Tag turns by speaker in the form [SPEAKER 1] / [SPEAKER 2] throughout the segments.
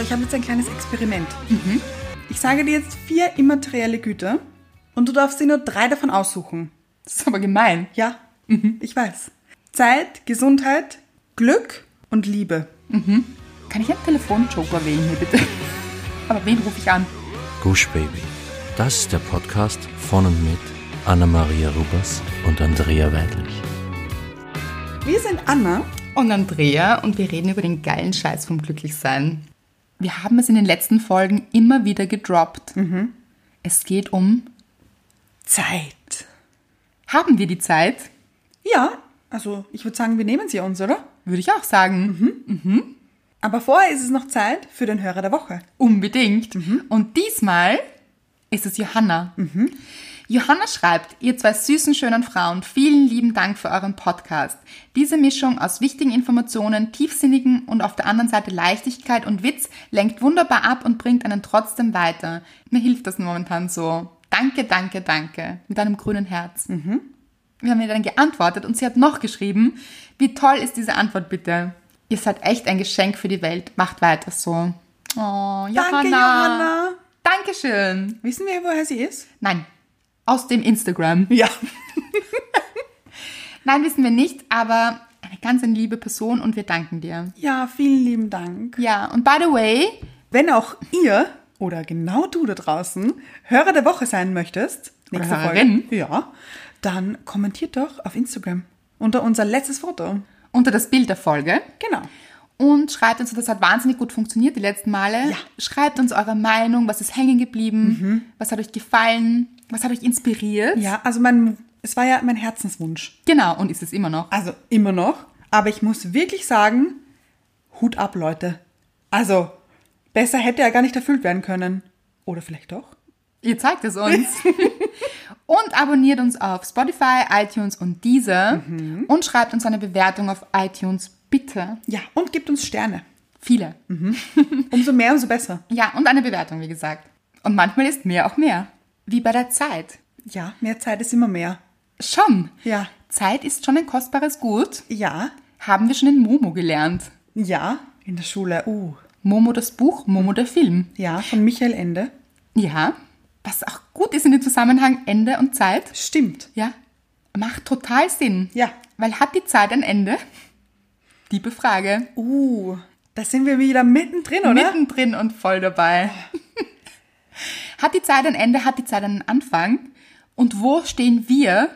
[SPEAKER 1] Ich habe jetzt ein kleines Experiment. Mhm. Ich sage dir jetzt vier immaterielle Güter und du darfst dir nur drei davon aussuchen.
[SPEAKER 2] Das ist aber gemein.
[SPEAKER 1] Ja, Mhm. ich weiß. Zeit, Gesundheit, Glück und Liebe.
[SPEAKER 2] Kann ich einen Telefonjoker wählen hier bitte? Aber wen rufe ich an?
[SPEAKER 3] Gush Baby. Das ist der Podcast von und mit Anna-Maria Rubers und Andrea Weidlich.
[SPEAKER 1] Wir sind Anna.
[SPEAKER 2] Und Andrea und wir reden über den geilen Scheiß vom Glücklichsein. Wir haben es in den letzten Folgen immer wieder gedroppt. Es geht um,
[SPEAKER 1] Zeit.
[SPEAKER 2] haben wir die Zeit?
[SPEAKER 1] Ja, also ich würde sagen, wir nehmen sie uns, oder?
[SPEAKER 2] Würde ich auch sagen.
[SPEAKER 1] Aber vorher ist es noch Zeit für den Hörer der Woche.
[SPEAKER 2] Unbedingt. Und diesmal ist es Johanna.
[SPEAKER 1] Mhm.
[SPEAKER 2] Johanna schreibt, ihr zwei süßen, schönen Frauen, vielen lieben Dank für euren Podcast. Diese Mischung aus wichtigen Informationen, tiefsinnigen und auf der anderen Seite Leichtigkeit und Witz lenkt wunderbar ab und bringt einen trotzdem weiter. Mir hilft das momentan so. Danke, danke, danke. Mit einem grünen Herz.
[SPEAKER 1] Mhm.
[SPEAKER 2] Wir haben ihr dann geantwortet und sie hat noch geschrieben, wie toll ist diese Antwort bitte. Ihr seid echt ein Geschenk für die Welt. Macht weiter so. Oh, Johanna.
[SPEAKER 1] Danke, Johanna.
[SPEAKER 2] Dankeschön.
[SPEAKER 1] Wissen wir, woher sie ist?
[SPEAKER 2] Nein, aus dem Instagram.
[SPEAKER 1] Ja.
[SPEAKER 2] Nein, wissen wir nicht, aber eine ganz eine liebe Person und wir danken dir.
[SPEAKER 1] Ja, vielen lieben Dank.
[SPEAKER 2] Ja, und by the way,
[SPEAKER 1] Wenn auch ihr oder genau du da draußen Hörer der Woche sein möchtest,
[SPEAKER 2] Oder Hörerin.
[SPEAKER 1] Folge, ja, dann kommentiert doch auf Instagram unter unser letztes Foto.
[SPEAKER 2] unter das Bild der Folge
[SPEAKER 1] Genau.
[SPEAKER 2] und schreibt uns, das hat wahnsinnig gut funktioniert die letzten Male.
[SPEAKER 1] Ja. Mhm.
[SPEAKER 2] Schreibt uns eure Meinung, was ist hängen geblieben, was hat euch gefallen, was hat euch inspiriert.
[SPEAKER 1] Ja, also mein, es war ja mein Herzenswunsch.
[SPEAKER 2] Genau, und ist es immer noch.
[SPEAKER 1] Also immer noch. Aber ich muss wirklich sagen, Hut ab, Leute. Also, besser hätte er gar nicht erfüllt werden können. Oder vielleicht doch.
[SPEAKER 2] Ihr zeigt es uns. und abonniert uns auf Spotify, iTunes und Deezer
[SPEAKER 1] Mhm.
[SPEAKER 2] und schreibt uns eine Bewertung auf iTunes bitte.
[SPEAKER 1] Ja, und gibt uns Sterne.
[SPEAKER 2] Viele.
[SPEAKER 1] Umso mehr, umso besser.
[SPEAKER 2] Ja, und eine Bewertung, wie gesagt. Und manchmal ist mehr auch mehr. Wie bei der Zeit.
[SPEAKER 1] Ja, mehr Zeit ist immer mehr.
[SPEAKER 2] Schon.
[SPEAKER 1] Ja.
[SPEAKER 2] Zeit ist schon ein kostbares Gut.
[SPEAKER 1] Ja,
[SPEAKER 2] Haben wir schon in Momo gelernt.
[SPEAKER 1] ja, in der Schule. Uh.
[SPEAKER 2] Momo das Buch, Momo der Film.
[SPEAKER 1] Ja, von Michael Ende.
[SPEAKER 2] Ja. Was auch gut ist in dem Zusammenhang Ende und Zeit.
[SPEAKER 1] Stimmt.
[SPEAKER 2] Ja. Macht total Sinn.
[SPEAKER 1] Ja.
[SPEAKER 2] Weil hat die Zeit ein Ende? Diebe Frage.
[SPEAKER 1] Uh, da sind wir wieder mittendrin, oder?
[SPEAKER 2] Mittendrin und voll dabei. hat die Zeit ein Ende, hat die Zeit einen Anfang? Und wo stehen wir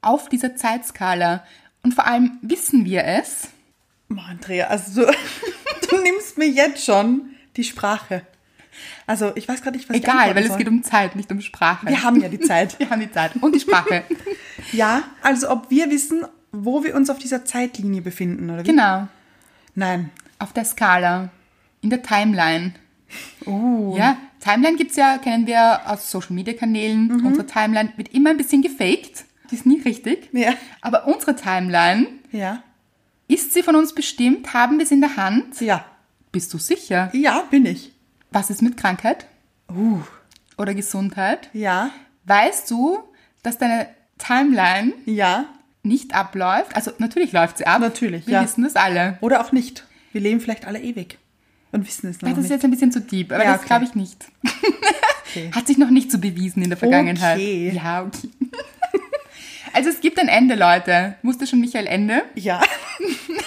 [SPEAKER 2] auf dieser Zeitskala? Und vor allem wissen wir es?
[SPEAKER 1] Oh, Andrea, also du, du nimmst mir jetzt schon die Sprache. Also, ich weiß gerade nicht, was ich
[SPEAKER 2] Egal,
[SPEAKER 1] antworten
[SPEAKER 2] weil es
[SPEAKER 1] soll.
[SPEAKER 2] geht um Zeit, nicht um Sprache.
[SPEAKER 1] Wir haben ja die Zeit.
[SPEAKER 2] Wir haben die Zeit und die Sprache.
[SPEAKER 1] Ja, also ob wir wissen, wo wir uns auf dieser Zeitlinie befinden, oder wie?
[SPEAKER 2] genau.
[SPEAKER 1] Nein.
[SPEAKER 2] Auf der Skala. In der Timeline.
[SPEAKER 1] Uh.
[SPEAKER 2] Oh. Ja, Timeline gibt's ja, kennen wir aus Social Media Kanälen.
[SPEAKER 1] Mhm.
[SPEAKER 2] Unsere Timeline wird immer ein bisschen gefaked. Die ist nie richtig.
[SPEAKER 1] Ja.
[SPEAKER 2] Aber unsere Timeline,
[SPEAKER 1] Ja.
[SPEAKER 2] ist sie von uns bestimmt? Haben wir es in der Hand?
[SPEAKER 1] Ja.
[SPEAKER 2] Bist du sicher?
[SPEAKER 1] Ja, bin ich.
[SPEAKER 2] Was ist mit Krankheit
[SPEAKER 1] Uh.
[SPEAKER 2] oder Gesundheit?
[SPEAKER 1] Ja.
[SPEAKER 2] Weißt du, dass deine Timeline
[SPEAKER 1] Ja.
[SPEAKER 2] nicht abläuft? Also natürlich läuft sie ab.
[SPEAKER 1] Natürlich,
[SPEAKER 2] Wir
[SPEAKER 1] ja.
[SPEAKER 2] wissen das alle.
[SPEAKER 1] Oder auch nicht. Wir leben vielleicht alle ewig und wissen es noch
[SPEAKER 2] Das ist
[SPEAKER 1] nicht.
[SPEAKER 2] jetzt ein bisschen zu deep, aber
[SPEAKER 1] Ja,
[SPEAKER 2] das
[SPEAKER 1] okay.
[SPEAKER 2] glaube ich nicht. Hat sich noch nicht so bewiesen in der Vergangenheit.
[SPEAKER 1] Okay.
[SPEAKER 2] Ja, okay. Also es gibt ein Ende, Leute. Wusste schon Michael Ende.
[SPEAKER 1] Ja.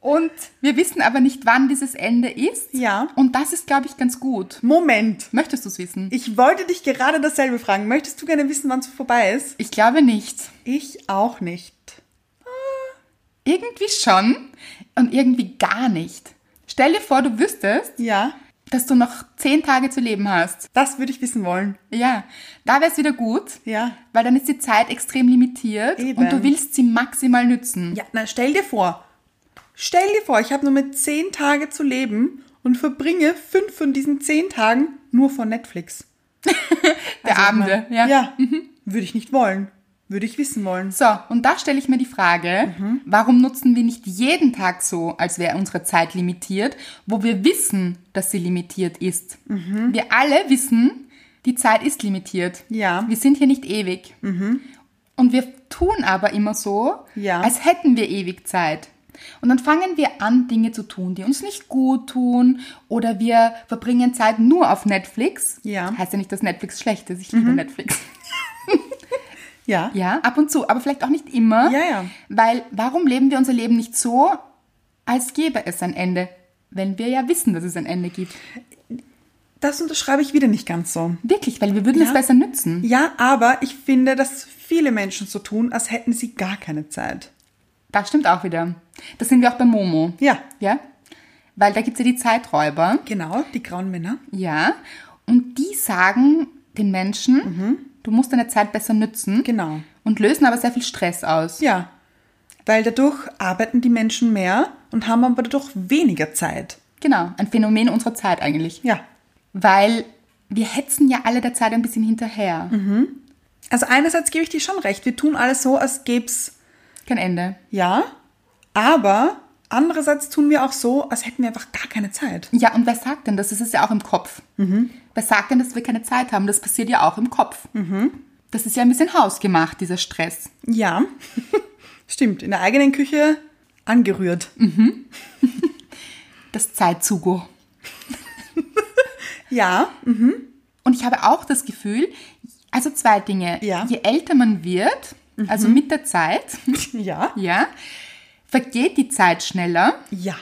[SPEAKER 2] Und wir wissen aber nicht, wann dieses Ende ist.
[SPEAKER 1] Ja.
[SPEAKER 2] Und das ist, glaube ich, ganz gut.
[SPEAKER 1] Moment.
[SPEAKER 2] Möchtest du es wissen?
[SPEAKER 1] Ich wollte dich gerade dasselbe fragen. Möchtest du gerne wissen, wann es vorbei ist?
[SPEAKER 2] Ich glaube nicht.
[SPEAKER 1] Ich auch nicht.
[SPEAKER 2] Irgendwie schon und irgendwie gar nicht. Stell dir vor, du wüsstest,
[SPEAKER 1] Ja.
[SPEAKER 2] dass du noch zehn Tage zu leben hast.
[SPEAKER 1] Das würde ich wissen wollen.
[SPEAKER 2] Ja, da wäre es wieder gut,
[SPEAKER 1] Ja.
[SPEAKER 2] weil dann ist die Zeit extrem limitiert
[SPEAKER 1] Eben.
[SPEAKER 2] und du willst sie maximal nützen.
[SPEAKER 1] Ja, na, stell dir vor. Stell dir vor, ich habe nur mit zehn Tage zu leben und verbringe fünf von diesen zehn Tagen nur vor Netflix.
[SPEAKER 2] Der Abende. Ja.
[SPEAKER 1] also
[SPEAKER 2] Mhm.
[SPEAKER 1] Ja. Würde ich nicht wollen. Würde ich wissen wollen.
[SPEAKER 2] So, und da stelle ich mir die Frage,
[SPEAKER 1] Mhm.
[SPEAKER 2] warum nutzen wir nicht jeden Tag so, als wäre unsere Zeit limitiert, wo wir wissen, dass sie limitiert ist?
[SPEAKER 1] Mhm.
[SPEAKER 2] Wir alle wissen, die Zeit ist limitiert.
[SPEAKER 1] Ja. Mhm.
[SPEAKER 2] Wir sind hier nicht ewig. Und wir tun aber immer so,
[SPEAKER 1] Ja.
[SPEAKER 2] als hätten wir ewig Zeit. Und dann fangen wir an, Dinge zu tun, die uns nicht gut tun. Oder wir verbringen Zeit nur auf Netflix.
[SPEAKER 1] Ja. Mhm.
[SPEAKER 2] Heißt ja nicht, dass Netflix schlecht ist. Ich liebe Netflix.
[SPEAKER 1] Ja.
[SPEAKER 2] Ja, ab und zu, aber vielleicht auch nicht immer.
[SPEAKER 1] Ja, ja.
[SPEAKER 2] Weil warum leben wir unser Leben nicht so, als gäbe es ein Ende? Wenn wir ja wissen, dass es ein Ende gibt.
[SPEAKER 1] Das unterschreibe ich wieder nicht ganz so.
[SPEAKER 2] Wirklich, weil wir würden es
[SPEAKER 1] Ja.
[SPEAKER 2] besser nützen.
[SPEAKER 1] Ja, aber ich finde, dass viele Menschen so tun, als hätten sie gar keine Zeit.
[SPEAKER 2] Das stimmt auch wieder. Das sind wir auch bei Momo.
[SPEAKER 1] Ja.
[SPEAKER 2] Ja? Weil da gibt es ja die Zeiträuber.
[SPEAKER 1] Genau, die grauen Männer.
[SPEAKER 2] Ja. Und die sagen den Menschen, du musst deine Zeit besser nützen.
[SPEAKER 1] Mhm. Genau.
[SPEAKER 2] Und lösen aber sehr viel Stress aus.
[SPEAKER 1] Ja. Weil dadurch arbeiten die Menschen mehr und haben aber dadurch weniger Zeit.
[SPEAKER 2] Genau. Ein Phänomen unserer Zeit eigentlich.
[SPEAKER 1] Ja.
[SPEAKER 2] Weil wir hetzen ja alle der Zeit ein bisschen hinterher.
[SPEAKER 1] Mhm. Also einerseits gebe ich dir schon recht, wir tun alles so, als gäbe es
[SPEAKER 2] Kein Ende.
[SPEAKER 1] ja, aber andererseits tun wir auch so, als hätten wir einfach gar keine Zeit.
[SPEAKER 2] Ja, und wer sagt denn das? Das ist ja auch im Kopf.
[SPEAKER 1] Mhm.
[SPEAKER 2] Wer sagt denn, dass wir keine Zeit haben? Das passiert ja auch im Kopf.
[SPEAKER 1] Mhm.
[SPEAKER 2] Das ist ja ein bisschen hausgemacht, dieser Stress.
[SPEAKER 1] Ja, stimmt, in der eigenen Küche angerührt.
[SPEAKER 2] Das Zeitzugo.
[SPEAKER 1] Ja,
[SPEAKER 2] Und ich habe auch das Gefühl, also zwei Dinge.
[SPEAKER 1] Ja. Mhm.
[SPEAKER 2] Je älter man wird, also mit der Zeit,
[SPEAKER 1] ja,
[SPEAKER 2] ja, vergeht die Zeit schneller.
[SPEAKER 1] ja.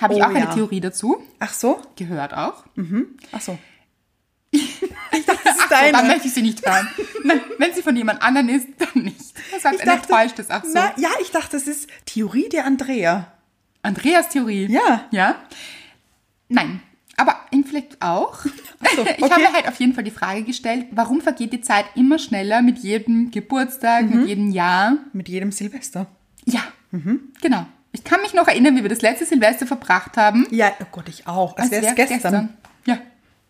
[SPEAKER 2] Habe ich
[SPEAKER 1] Oh
[SPEAKER 2] auch eine
[SPEAKER 1] ja. Hm.
[SPEAKER 2] Theorie dazu.
[SPEAKER 1] Ach so,
[SPEAKER 2] Gehört auch.
[SPEAKER 1] ach so. Ich dachte, das ist
[SPEAKER 2] So, dann
[SPEAKER 1] deine.
[SPEAKER 2] möchte ich sie nicht hören. Nein, wenn sie von jemand anderem ist, dann nicht. Das heißt,
[SPEAKER 1] Ich
[SPEAKER 2] ein enttäuschtes. Ach so.
[SPEAKER 1] Na, ja, ich dachte, das ist Theorie der Andrea.
[SPEAKER 2] Andreas Theorie.
[SPEAKER 1] Ja.
[SPEAKER 2] Ja. Nein. Aber ihn vielleicht auch.
[SPEAKER 1] so,
[SPEAKER 2] Ich
[SPEAKER 1] okay.
[SPEAKER 2] habe halt auf jeden Fall die Frage gestellt, warum vergeht die Zeit immer schneller mit jedem Geburtstag,
[SPEAKER 1] Mhm.
[SPEAKER 2] mit jedem Jahr?
[SPEAKER 1] Mit jedem Silvester.
[SPEAKER 2] Ja.
[SPEAKER 1] Mhm.
[SPEAKER 2] Genau. Ich kann mich noch erinnern, wie wir das letzte Silvester verbracht haben.
[SPEAKER 1] Ja, oh Gott, ich auch. Als, wäre es
[SPEAKER 2] wär's
[SPEAKER 1] gestern.
[SPEAKER 2] Ja,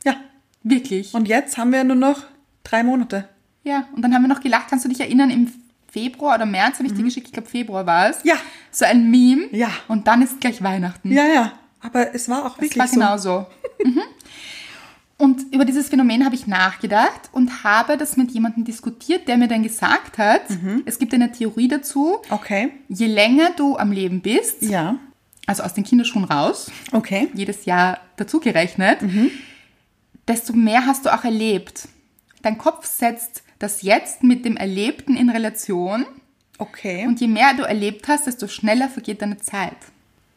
[SPEAKER 1] Ja,
[SPEAKER 2] wirklich.
[SPEAKER 1] und jetzt haben wir nur noch drei Monate.
[SPEAKER 2] ja. Und dann haben wir noch gelacht. Kannst du dich erinnern, im Februar oder März habe ich dir geschickt, ich glaube Februar war es.
[SPEAKER 1] Mhm. Ja.
[SPEAKER 2] So ein Meme.
[SPEAKER 1] Ja.
[SPEAKER 2] Und dann ist gleich Weihnachten.
[SPEAKER 1] Ja, ja, aber es war auch
[SPEAKER 2] Mhm. Es
[SPEAKER 1] wirklich
[SPEAKER 2] war
[SPEAKER 1] so.
[SPEAKER 2] genau so. mhm. Und über dieses Phänomen habe ich nachgedacht und habe das mit jemandem diskutiert, der mir dann gesagt hat, es gibt eine Theorie dazu,
[SPEAKER 1] Okay,
[SPEAKER 2] je länger du am Leben bist,
[SPEAKER 1] ja,
[SPEAKER 2] also aus den Kinderschuhen raus,
[SPEAKER 1] okay.
[SPEAKER 2] jedes Jahr dazu gerechnet, desto mehr hast du auch erlebt. Dein Kopf setzt das Jetzt mit dem Erlebten in Relation
[SPEAKER 1] Okay.
[SPEAKER 2] und je mehr du erlebt hast, desto schneller vergeht deine Zeit.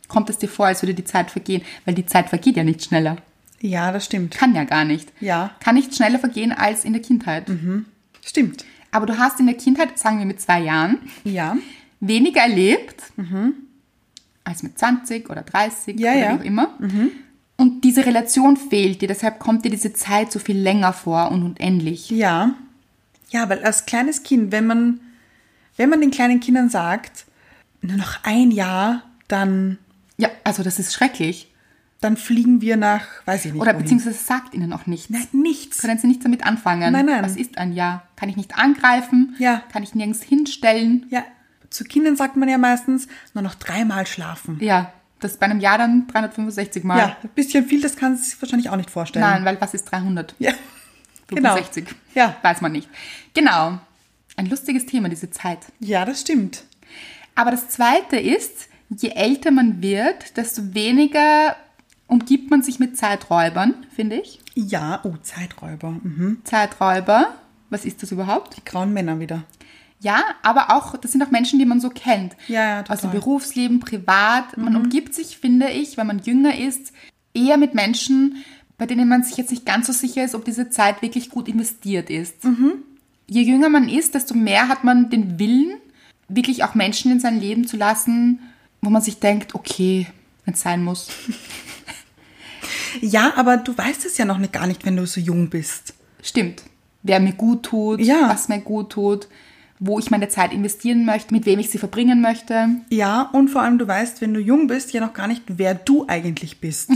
[SPEAKER 2] Kommt es dir vor, als würde die Zeit vergehen, weil die Zeit vergeht ja nicht schneller.
[SPEAKER 1] ja, das stimmt.
[SPEAKER 2] Kann ja gar nicht.
[SPEAKER 1] Ja. Mhm.
[SPEAKER 2] Kann nicht schneller vergehen als in der Kindheit.
[SPEAKER 1] Stimmt.
[SPEAKER 2] Aber du hast in der Kindheit, sagen wir mit zwei Jahren,
[SPEAKER 1] Ja.
[SPEAKER 2] weniger erlebt als mit 20 oder 30
[SPEAKER 1] Mhm. Ja,
[SPEAKER 2] oder
[SPEAKER 1] ja. Mhm.
[SPEAKER 2] wie auch immer. Und diese Relation fehlt dir, deshalb kommt dir diese Zeit so viel länger vor und unendlich.
[SPEAKER 1] Ja. Ja, weil als kleines Kind, wenn man, wenn man den kleinen Kindern sagt, nur noch ein Jahr, dann,
[SPEAKER 2] Ja, also das ist schrecklich.
[SPEAKER 1] dann fliegen wir nach, weiß ich nicht.
[SPEAKER 2] Oder
[SPEAKER 1] wohin.
[SPEAKER 2] beziehungsweise sagt ihnen auch nichts.
[SPEAKER 1] Nein, nichts.
[SPEAKER 2] Können sie nichts damit anfangen?
[SPEAKER 1] Nein, nein.
[SPEAKER 2] Was ist ein Jahr? Kann ich nicht angreifen?
[SPEAKER 1] Ja.
[SPEAKER 2] Kann ich nirgends hinstellen?
[SPEAKER 1] Ja, zu Kindern sagt man ja meistens, nur noch dreimal schlafen.
[SPEAKER 2] Ja, das ist bei einem Jahr dann 365 Mal.
[SPEAKER 1] Ja, ein bisschen viel, das kann sich wahrscheinlich auch nicht vorstellen.
[SPEAKER 2] Nein, weil was ist 300?
[SPEAKER 1] Ja.
[SPEAKER 2] 65.
[SPEAKER 1] Genau. Ja.
[SPEAKER 2] Weiß man nicht. Genau. Ein lustiges Thema, diese Zeit.
[SPEAKER 1] ja, das stimmt.
[SPEAKER 2] Aber das Zweite ist, je älter man wird, desto weniger umgibt man sich mit Zeiträubern, finde ich.
[SPEAKER 1] Ja, oh, Zeiträuber. Mhm.
[SPEAKER 2] Zeiträuber, was ist das überhaupt?
[SPEAKER 1] Die grauen Männer wieder.
[SPEAKER 2] Ja, aber auch, das sind auch Menschen, die man so kennt.
[SPEAKER 1] Ja, ja, total. Mhm.
[SPEAKER 2] Aus dem Berufsleben, privat. Man umgibt sich, finde ich, wenn man jünger ist, eher mit Menschen, bei denen man sich jetzt nicht ganz so sicher ist, ob diese Zeit wirklich gut investiert ist.
[SPEAKER 1] Mhm.
[SPEAKER 2] Je jünger man ist, desto mehr hat man den Willen, wirklich auch Menschen in sein Leben zu lassen, wo man sich denkt, okay, wenn es sein muss.
[SPEAKER 1] Ja, aber du weißt es ja noch nicht, gar nicht, wenn du so jung bist.
[SPEAKER 2] Stimmt. Wer mir gut tut,
[SPEAKER 1] Ja.
[SPEAKER 2] was mir gut tut, wo ich meine Zeit investieren möchte, mit wem ich sie verbringen möchte.
[SPEAKER 1] Ja, und vor allem, du weißt, wenn du jung bist, ja noch gar nicht, wer du eigentlich bist.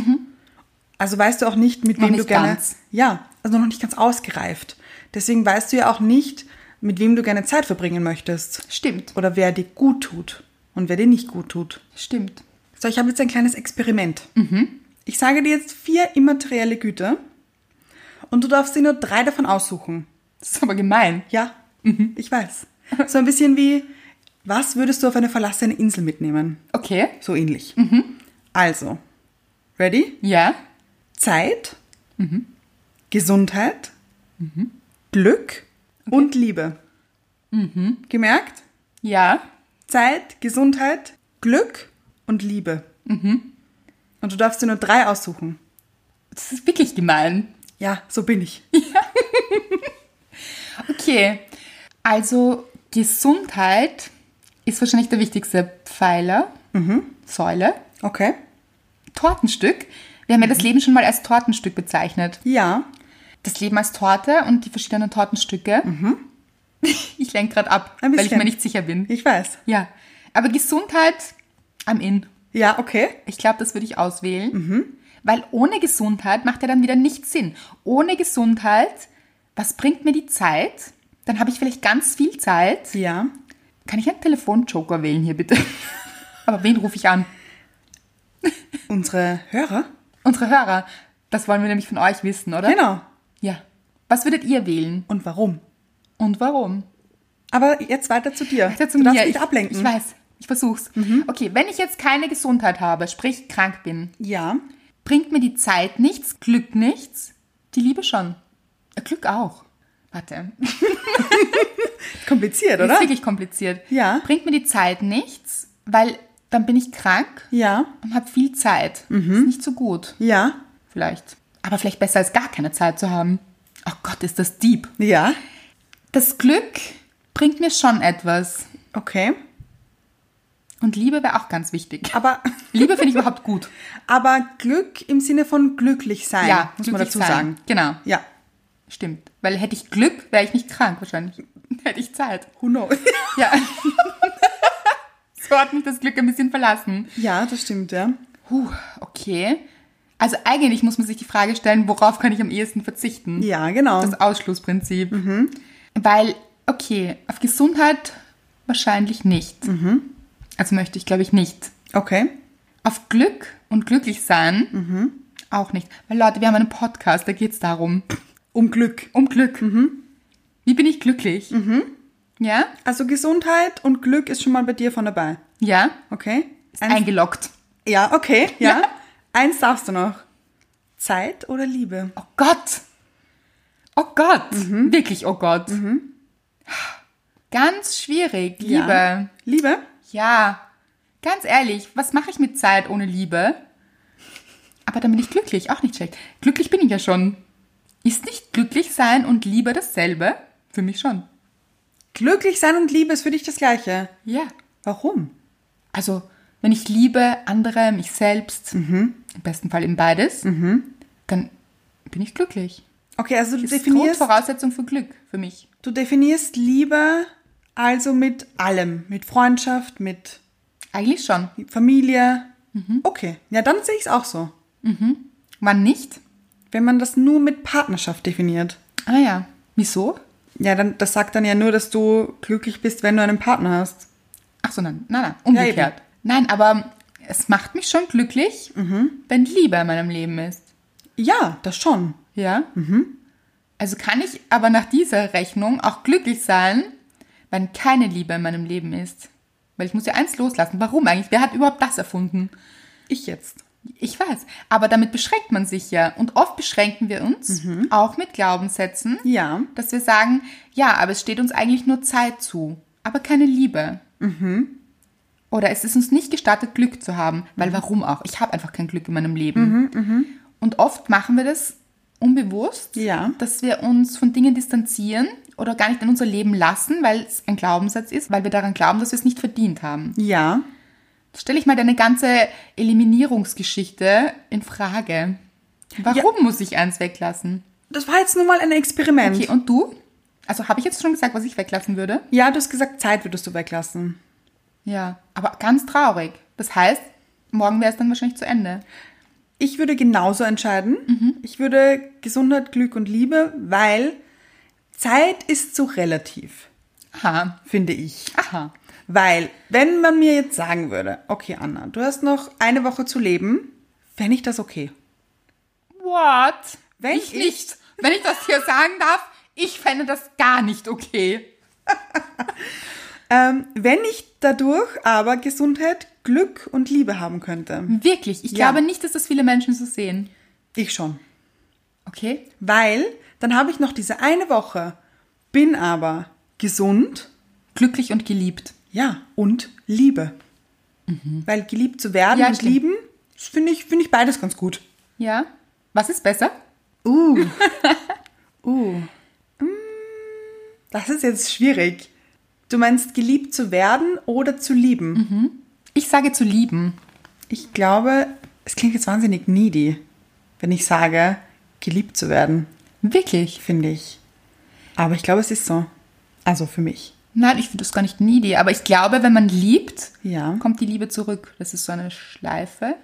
[SPEAKER 1] Also weißt du auch nicht, mit
[SPEAKER 2] Mhm. Noch
[SPEAKER 1] wem du
[SPEAKER 2] nicht
[SPEAKER 1] gerne.
[SPEAKER 2] ganz.
[SPEAKER 1] Ja, also noch nicht ganz ausgereift. Deswegen weißt du ja auch nicht, mit wem du gerne Zeit verbringen möchtest.
[SPEAKER 2] Stimmt.
[SPEAKER 1] Oder wer dir gut tut und wer dir nicht gut tut.
[SPEAKER 2] Stimmt.
[SPEAKER 1] So, ich habe jetzt ein kleines Experiment. Ich sage dir jetzt vier immaterielle Güter und du darfst dir nur drei davon aussuchen.
[SPEAKER 2] Das ist aber gemein.
[SPEAKER 1] Ja, ich weiß. So ein bisschen wie Was würdest du auf eine verlassene Insel mitnehmen?
[SPEAKER 2] Okay.
[SPEAKER 1] So ähnlich. Also, ready?
[SPEAKER 2] Ja.
[SPEAKER 1] Zeit, Gesundheit, Glück und Liebe. Gemerkt?
[SPEAKER 2] Ja.
[SPEAKER 1] Zeit, Gesundheit, Glück und Liebe. Und du darfst dir nur drei aussuchen.
[SPEAKER 2] Das ist wirklich gemein.
[SPEAKER 1] Ja, so bin ich.
[SPEAKER 2] Okay. Also Gesundheit ist wahrscheinlich der wichtigste Pfeiler,
[SPEAKER 1] Mhm.
[SPEAKER 2] Säule.
[SPEAKER 1] Okay.
[SPEAKER 2] Tortenstück. Wir haben ja
[SPEAKER 1] Mhm.
[SPEAKER 2] das Leben schon mal als Tortenstück bezeichnet.
[SPEAKER 1] Ja.
[SPEAKER 2] Das Leben als Torte und die verschiedenen Tortenstücke. Ich lenke gerade ab,
[SPEAKER 1] Mhm. Ein
[SPEAKER 2] weil ich
[SPEAKER 1] bisschen.
[SPEAKER 2] mir nicht sicher bin.
[SPEAKER 1] Ich weiß.
[SPEAKER 2] Ja. Aber Gesundheit am Inn.
[SPEAKER 1] Ja, okay.
[SPEAKER 2] Ich glaube, das würde ich auswählen.
[SPEAKER 1] Mhm.
[SPEAKER 2] Weil ohne Gesundheit macht ja dann wieder nichts Sinn. Ohne Gesundheit, was bringt mir die Zeit? Dann habe ich vielleicht ganz viel Zeit.
[SPEAKER 1] Ja.
[SPEAKER 2] Kann ich einen Telefonjoker wählen hier bitte? Aber wen rufe ich an?
[SPEAKER 1] Unsere Hörer?
[SPEAKER 2] Unsere Hörer. Das wollen wir nämlich von euch wissen, oder?
[SPEAKER 1] Genau.
[SPEAKER 2] Ja. Was würdet ihr wählen
[SPEAKER 1] Und warum?
[SPEAKER 2] und warum?
[SPEAKER 1] Aber jetzt weiter zu dir.
[SPEAKER 2] Weiter zu
[SPEAKER 1] du darfst
[SPEAKER 2] mir.
[SPEAKER 1] nicht
[SPEAKER 2] ich,
[SPEAKER 1] ablenken. Mhm.
[SPEAKER 2] Ich weiß. Ich versuch's. Okay, wenn ich jetzt keine Gesundheit habe, sprich krank bin,
[SPEAKER 1] Ja.
[SPEAKER 2] bringt mir die Zeit nichts, Glück nichts, die Liebe schon. Äh, Glück auch. Warte,
[SPEAKER 1] Kompliziert, oder?
[SPEAKER 2] ist wirklich kompliziert.
[SPEAKER 1] Ja.
[SPEAKER 2] Bringt mir die Zeit nichts, weil dann bin ich krank
[SPEAKER 1] Ja.
[SPEAKER 2] und habe viel Zeit.
[SPEAKER 1] Mhm.
[SPEAKER 2] Ist nicht so gut,
[SPEAKER 1] Ja.
[SPEAKER 2] vielleicht. Aber vielleicht besser als gar keine Zeit zu haben. Oh Gott, ist das deep.
[SPEAKER 1] Ja.
[SPEAKER 2] Das Glück bringt mir schon etwas.
[SPEAKER 1] Okay.
[SPEAKER 2] Und Liebe wäre auch ganz wichtig.
[SPEAKER 1] Aber,
[SPEAKER 2] Liebe finde ich überhaupt gut.
[SPEAKER 1] aber Glück im Sinne von glücklich sein,
[SPEAKER 2] Ja,
[SPEAKER 1] muss man
[SPEAKER 2] glücklich
[SPEAKER 1] dazu
[SPEAKER 2] sein.
[SPEAKER 1] sagen.
[SPEAKER 2] Genau,
[SPEAKER 1] Ja.
[SPEAKER 2] stimmt. Weil hätte ich Glück, wäre ich nicht krank wahrscheinlich. Hätte ich Zeit.
[SPEAKER 1] Who knows?
[SPEAKER 2] Ja. so hat mich das Glück ein bisschen verlassen.
[SPEAKER 1] ja, das stimmt, ja.
[SPEAKER 2] Puh, okay. Also eigentlich muss man sich die Frage stellen, worauf kann ich am ehesten verzichten?
[SPEAKER 1] Ja, Mhm. genau.
[SPEAKER 2] Das Ausschlussprinzip. Weil, okay, auf Gesundheit wahrscheinlich nicht.
[SPEAKER 1] Mhm.
[SPEAKER 2] Also möchte ich, glaube ich, nicht.
[SPEAKER 1] Okay.
[SPEAKER 2] Auf Glück und glücklich sein
[SPEAKER 1] Mhm.
[SPEAKER 2] auch nicht. Weil Leute, wir haben einen Podcast, da geht es darum.
[SPEAKER 1] Um Glück. Mhm.
[SPEAKER 2] Um Glück. Wie bin ich glücklich? Ja?
[SPEAKER 1] Also Gesundheit und Glück ist schon mal bei dir von dabei.
[SPEAKER 2] Ja?
[SPEAKER 1] Okay. Eins-
[SPEAKER 2] Eingeloggt.
[SPEAKER 1] ja, okay. Ja.
[SPEAKER 2] Ja.
[SPEAKER 1] Eins darfst du noch. Zeit oder Liebe?
[SPEAKER 2] Oh Gott. Oh Gott. Wirklich, oh Gott. Ganz schwierig, Liebe.
[SPEAKER 1] Ja. Liebe?
[SPEAKER 2] Ja. Ganz ehrlich, was mache ich mit Zeit ohne Liebe? Aber dann bin ich glücklich, auch nicht schlecht. Glücklich bin ich ja schon. Ist nicht glücklich sein und Liebe dasselbe? Für mich schon.
[SPEAKER 1] Glücklich sein und Liebe ist für dich das Gleiche.
[SPEAKER 2] Ja.
[SPEAKER 1] Warum?
[SPEAKER 2] Also, wenn ich liebe andere, mich selbst, im besten Fall eben beides, dann bin ich glücklich.
[SPEAKER 1] Okay, also du
[SPEAKER 2] Das ist
[SPEAKER 1] definierst,
[SPEAKER 2] Grundvoraussetzung für Glück für mich.
[SPEAKER 1] du definierst Liebe also mit allem. Mit Freundschaft, mit
[SPEAKER 2] Eigentlich schon.
[SPEAKER 1] Familie.
[SPEAKER 2] Mhm.
[SPEAKER 1] Okay, ja, dann sehe ich es auch so.
[SPEAKER 2] Wann nicht?
[SPEAKER 1] Wenn man das nur mit Partnerschaft definiert.
[SPEAKER 2] Ah ja. Wieso?
[SPEAKER 1] Ja, dann, das sagt dann ja nur, dass du glücklich bist, wenn du einen Partner hast.
[SPEAKER 2] Ach so, nein, nein, nein,
[SPEAKER 1] Ja,
[SPEAKER 2] umgekehrt.
[SPEAKER 1] eben.
[SPEAKER 2] nein, aber es macht mich schon glücklich,
[SPEAKER 1] Mhm.
[SPEAKER 2] wenn Liebe in meinem Leben ist.
[SPEAKER 1] Ja, das schon.
[SPEAKER 2] Ja?
[SPEAKER 1] Mhm.
[SPEAKER 2] Also kann ich aber nach dieser Rechnung auch glücklich sein, wenn keine Liebe in meinem Leben ist. Weil ich muss ja eins loslassen. Warum eigentlich? Wer hat überhaupt das erfunden?
[SPEAKER 1] Ich jetzt.
[SPEAKER 2] Ich weiß, aber damit beschränkt man sich ja. Und oft beschränken wir uns
[SPEAKER 1] Mhm.
[SPEAKER 2] auch mit Glaubenssätzen,
[SPEAKER 1] Ja.
[SPEAKER 2] dass wir sagen, ja, aber es steht uns eigentlich nur Zeit zu, aber keine Liebe. Oder es ist uns nicht gestattet, Glück zu haben, weil warum auch? Ich habe einfach kein Glück in meinem Leben. Und oft machen wir das unbewusst,
[SPEAKER 1] Ja.
[SPEAKER 2] dass wir uns von Dingen distanzieren oder gar nicht in unser Leben lassen, weil es ein Glaubenssatz ist, weil wir daran glauben, dass wir es nicht verdient haben.
[SPEAKER 1] Ja.
[SPEAKER 2] Stell ich mal deine ganze Eliminierungsgeschichte in Frage. Warum muss ich eins weglassen?
[SPEAKER 1] Das war jetzt nur mal ein Experiment.
[SPEAKER 2] Okay, und du? Also habe ich jetzt schon gesagt, was ich weglassen würde?
[SPEAKER 1] Ja, du hast gesagt, Zeit würdest du weglassen.
[SPEAKER 2] Ja. Aber ganz traurig. Das heißt, morgen wäre es dann wahrscheinlich zu Ende.
[SPEAKER 1] Ich würde genauso entscheiden. Ich würde Gesundheit, Glück und Liebe, weil Zeit ist so relativ,
[SPEAKER 2] Aha.
[SPEAKER 1] finde ich.
[SPEAKER 2] Aha.
[SPEAKER 1] Weil, wenn man mir jetzt sagen würde, okay, Anna, du hast noch eine Woche zu leben, fände ich das okay.
[SPEAKER 2] What?
[SPEAKER 1] Wenn
[SPEAKER 2] ich,
[SPEAKER 1] ich-
[SPEAKER 2] nicht. Wenn ich das hier sagen darf, ich fände das gar nicht okay.
[SPEAKER 1] Ähm, wenn ich dadurch aber Gesundheit, Glück und Liebe haben
[SPEAKER 2] Mhm.
[SPEAKER 1] könnte.
[SPEAKER 2] Wirklich, ich
[SPEAKER 1] Ja.
[SPEAKER 2] glaube nicht, dass das viele Menschen so sehen.
[SPEAKER 1] Ich schon.
[SPEAKER 2] Okay?
[SPEAKER 1] Weil dann habe ich noch diese eine Woche, bin aber gesund,
[SPEAKER 2] Glücklich und geliebt.
[SPEAKER 1] ja, Mhm. und Liebe. Weil geliebt zu werden
[SPEAKER 2] Ja,
[SPEAKER 1] und
[SPEAKER 2] stimmt.
[SPEAKER 1] lieben, das finde ich, finde ich beides ganz gut.
[SPEAKER 2] Ja? Was ist besser?
[SPEAKER 1] Uh. uh. Mm, Das ist jetzt schwierig. Du meinst geliebt zu werden oder zu lieben?
[SPEAKER 2] Ich sage zu lieben.
[SPEAKER 1] Ich glaube, es klingt jetzt wahnsinnig needy, wenn ich sage, geliebt zu werden,
[SPEAKER 2] Wirklich?
[SPEAKER 1] finde ich. Aber ich glaube, es ist so. Also für mich.
[SPEAKER 2] Nein, ich finde das gar nicht needy, aber ich glaube, wenn man liebt,
[SPEAKER 1] Ja.
[SPEAKER 2] kommt die Liebe zurück. Das ist so eine Schleife. Also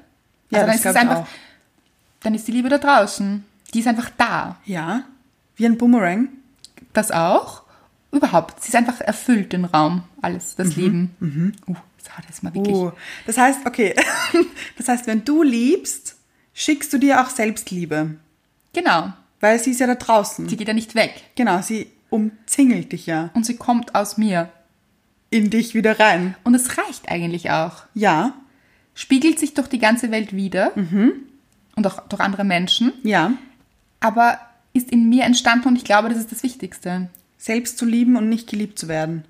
[SPEAKER 1] Ja, das
[SPEAKER 2] es
[SPEAKER 1] glaub ich auch.
[SPEAKER 2] dann ist die Liebe da draußen. Die ist einfach da.
[SPEAKER 1] Ja, wie ein Boomerang.
[SPEAKER 2] Das auch. Überhaupt. Sie ist einfach erfüllt, den Raum. Alles,
[SPEAKER 1] Mhm,
[SPEAKER 2] das Leben. Uh, so, das ist mal wirklich.
[SPEAKER 1] Uh, das heißt, okay, das heißt, wenn du liebst, schickst du dir auch Selbstliebe,
[SPEAKER 2] Genau.
[SPEAKER 1] weil sie ist ja da draußen.
[SPEAKER 2] Sie geht ja nicht weg.
[SPEAKER 1] genau, sie umzingelt dich ja
[SPEAKER 2] Und sie kommt aus mir.
[SPEAKER 1] in dich wieder rein.
[SPEAKER 2] Und es reicht eigentlich auch.
[SPEAKER 1] Ja,
[SPEAKER 2] Spiegelt sich durch die ganze Welt wieder.
[SPEAKER 1] Mhm.
[SPEAKER 2] Und auch durch andere Menschen.
[SPEAKER 1] ja.
[SPEAKER 2] aber ist in mir entstanden und ich glaube, das ist das Wichtigste.
[SPEAKER 1] Selbst zu lieben und nicht geliebt zu werden.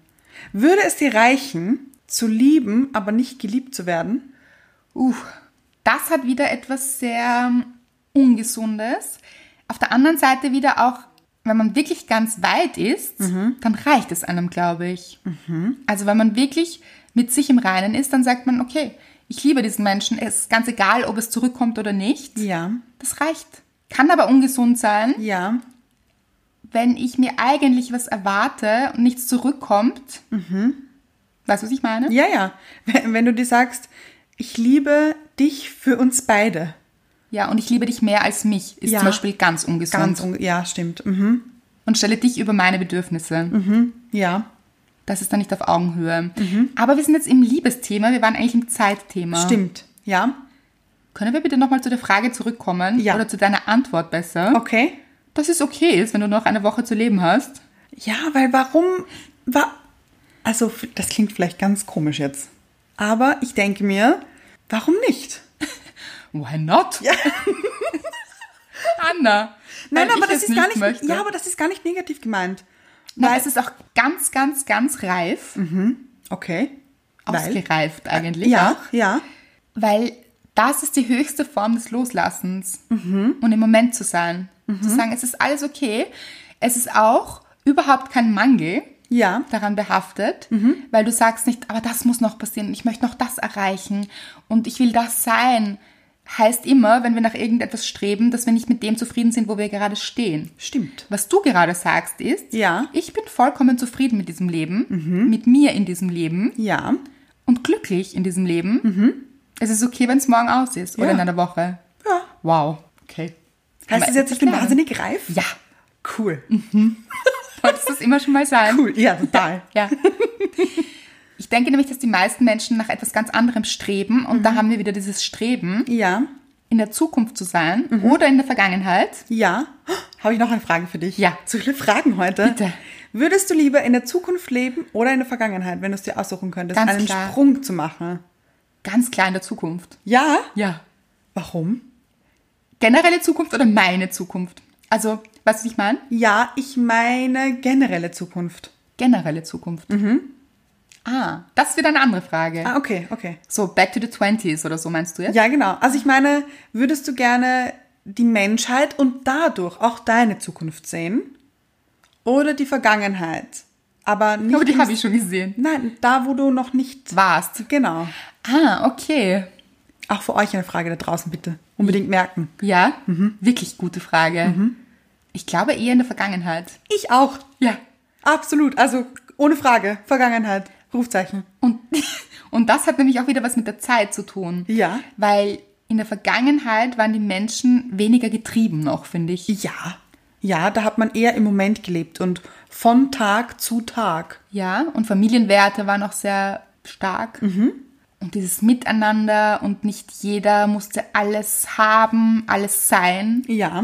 [SPEAKER 1] Würde es dir reichen, zu lieben, aber nicht geliebt zu werden?
[SPEAKER 2] Uh, das hat wieder etwas sehr ähm, Ungesundes. Auf der anderen Seite wieder auch, wenn man wirklich ganz weit ist,
[SPEAKER 1] Mhm.
[SPEAKER 2] dann reicht es einem, glaube ich. Also wenn man wirklich mit sich im Reinen ist, dann sagt man, okay, ich liebe diesen Menschen, es ist ganz egal, ob es zurückkommt oder nicht.
[SPEAKER 1] Ja,
[SPEAKER 2] Das reicht. Kann aber ungesund sein,
[SPEAKER 1] ja,
[SPEAKER 2] wenn ich mir eigentlich was erwarte und nichts zurückkommt. Weißt du, was ich meine?
[SPEAKER 1] Mhm. ja, ja. Wenn wenn du dir sagst, ich liebe dich für uns beide.
[SPEAKER 2] Ja, und ich liebe dich mehr als mich, ist
[SPEAKER 1] Ja.
[SPEAKER 2] zum Beispiel ganz ungesund.
[SPEAKER 1] Ganz, un ja, stimmt. Mhm.
[SPEAKER 2] und stelle dich über meine Bedürfnisse.
[SPEAKER 1] Ja,
[SPEAKER 2] Das ist dann nicht auf Augenhöhe. Aber wir sind jetzt im Liebesthema, wir waren eigentlich im Zeitthema.
[SPEAKER 1] Mhm. stimmt. Ja,
[SPEAKER 2] Können wir bitte nochmal zu der Frage zurückkommen?
[SPEAKER 1] Ja.
[SPEAKER 2] Oder zu deiner Antwort besser?
[SPEAKER 1] okay.
[SPEAKER 2] Dass es okay ist, wenn du noch eine Woche zu leben hast.
[SPEAKER 1] Ja, weil warum war also f- das klingt vielleicht ganz komisch jetzt, aber ich denke mir, warum nicht?
[SPEAKER 2] Why not? Anna.
[SPEAKER 1] Nein,
[SPEAKER 2] weil
[SPEAKER 1] aber
[SPEAKER 2] ich es
[SPEAKER 1] das ist gar nicht
[SPEAKER 2] möchte.
[SPEAKER 1] Ja, aber das ist gar nicht negativ gemeint.
[SPEAKER 2] Nein, es ist auch ganz, ganz, ganz reif.
[SPEAKER 1] Okay. Mhm. Weil
[SPEAKER 2] Ausgereift eigentlich.
[SPEAKER 1] ja, ja,
[SPEAKER 2] Weil das ist die höchste Form des Loslassens und im Moment zu sein. Zu sagen, es ist alles okay. Es ist auch überhaupt kein Mangel
[SPEAKER 1] ja,
[SPEAKER 2] daran behaftet, weil du sagst nicht, aber das muss noch passieren und ich möchte noch das erreichen und ich will das sein. Heißt immer, wenn wir nach irgendetwas streben, dass wir nicht mit dem zufrieden sind, wo wir gerade stehen.
[SPEAKER 1] stimmt.
[SPEAKER 2] Was du gerade sagst ist,
[SPEAKER 1] Ja.
[SPEAKER 2] ich bin vollkommen zufrieden mit diesem Leben, mit mir in diesem Leben
[SPEAKER 1] Ja,
[SPEAKER 2] und glücklich in diesem Leben. Es ist okay, wenn es morgen aus ist oder
[SPEAKER 1] Mhm. Ja.
[SPEAKER 2] in einer Woche.
[SPEAKER 1] Ja.
[SPEAKER 2] Wow. Okay.
[SPEAKER 1] heißt
[SPEAKER 2] Aber
[SPEAKER 1] es jetzt, ich bin
[SPEAKER 2] klar.
[SPEAKER 1] wahnsinnig reif?
[SPEAKER 2] Ja.
[SPEAKER 1] Cool.
[SPEAKER 2] Mhm. Wolltest du das immer schon mal sein?
[SPEAKER 1] Cool. Ja, total.
[SPEAKER 2] Ja. Ich denke nämlich, dass die meisten Menschen nach etwas ganz anderem streben und da
[SPEAKER 1] Mhm.
[SPEAKER 2] haben wir wieder dieses Streben,
[SPEAKER 1] Ja,
[SPEAKER 2] in der Zukunft zu sein
[SPEAKER 1] Mhm.
[SPEAKER 2] oder in der Vergangenheit.
[SPEAKER 1] ja. Habe ich noch eine Frage für dich?
[SPEAKER 2] Ja.
[SPEAKER 1] So viele Fragen heute.
[SPEAKER 2] Bitte.
[SPEAKER 1] Würdest du lieber in der Zukunft leben oder in der Vergangenheit, wenn du es dir aussuchen könntest,
[SPEAKER 2] Ganz
[SPEAKER 1] einen
[SPEAKER 2] klar.
[SPEAKER 1] Sprung zu machen?
[SPEAKER 2] Ganz klar in der Zukunft.
[SPEAKER 1] Ja?
[SPEAKER 2] Ja.
[SPEAKER 1] Warum?
[SPEAKER 2] Generelle Zukunft oder meine Zukunft? Also, weißt du, was ich meine?
[SPEAKER 1] Ja, ich meine generelle Zukunft.
[SPEAKER 2] Generelle Zukunft. Ah, das ist wieder eine andere Frage.
[SPEAKER 1] Mhm. Ah, okay, okay.
[SPEAKER 2] So, back to the 20s oder so meinst du jetzt?
[SPEAKER 1] Ja, genau. Also ich meine, würdest du gerne die Menschheit und dadurch auch deine Zukunft sehen? Oder die Vergangenheit? Aber nicht.
[SPEAKER 2] Aber die
[SPEAKER 1] im-
[SPEAKER 2] habe ich schon gesehen.
[SPEAKER 1] Nein, da wo du noch nicht
[SPEAKER 2] Warst.
[SPEAKER 1] Genau.
[SPEAKER 2] Ah, okay.
[SPEAKER 1] Auch für euch eine Frage da draußen, bitte. Unbedingt merken.
[SPEAKER 2] Ja, wirklich gute Frage. Ich glaube eher in der Vergangenheit.
[SPEAKER 1] Ich auch.
[SPEAKER 2] Ja.
[SPEAKER 1] Absolut. Also ohne Frage. Vergangenheit. Rufzeichen.
[SPEAKER 2] Und, und das hat nämlich auch wieder was mit der Zeit zu tun.
[SPEAKER 1] Ja.
[SPEAKER 2] Weil in der Vergangenheit waren die Menschen weniger getrieben noch, finde ich.
[SPEAKER 1] Ja. Ja, da hat man eher im Moment gelebt und von Tag zu Tag.
[SPEAKER 2] Ja, und Familienwerte waren auch sehr stark. Und dieses Miteinander und nicht jeder musste alles haben, alles sein.
[SPEAKER 1] Ja.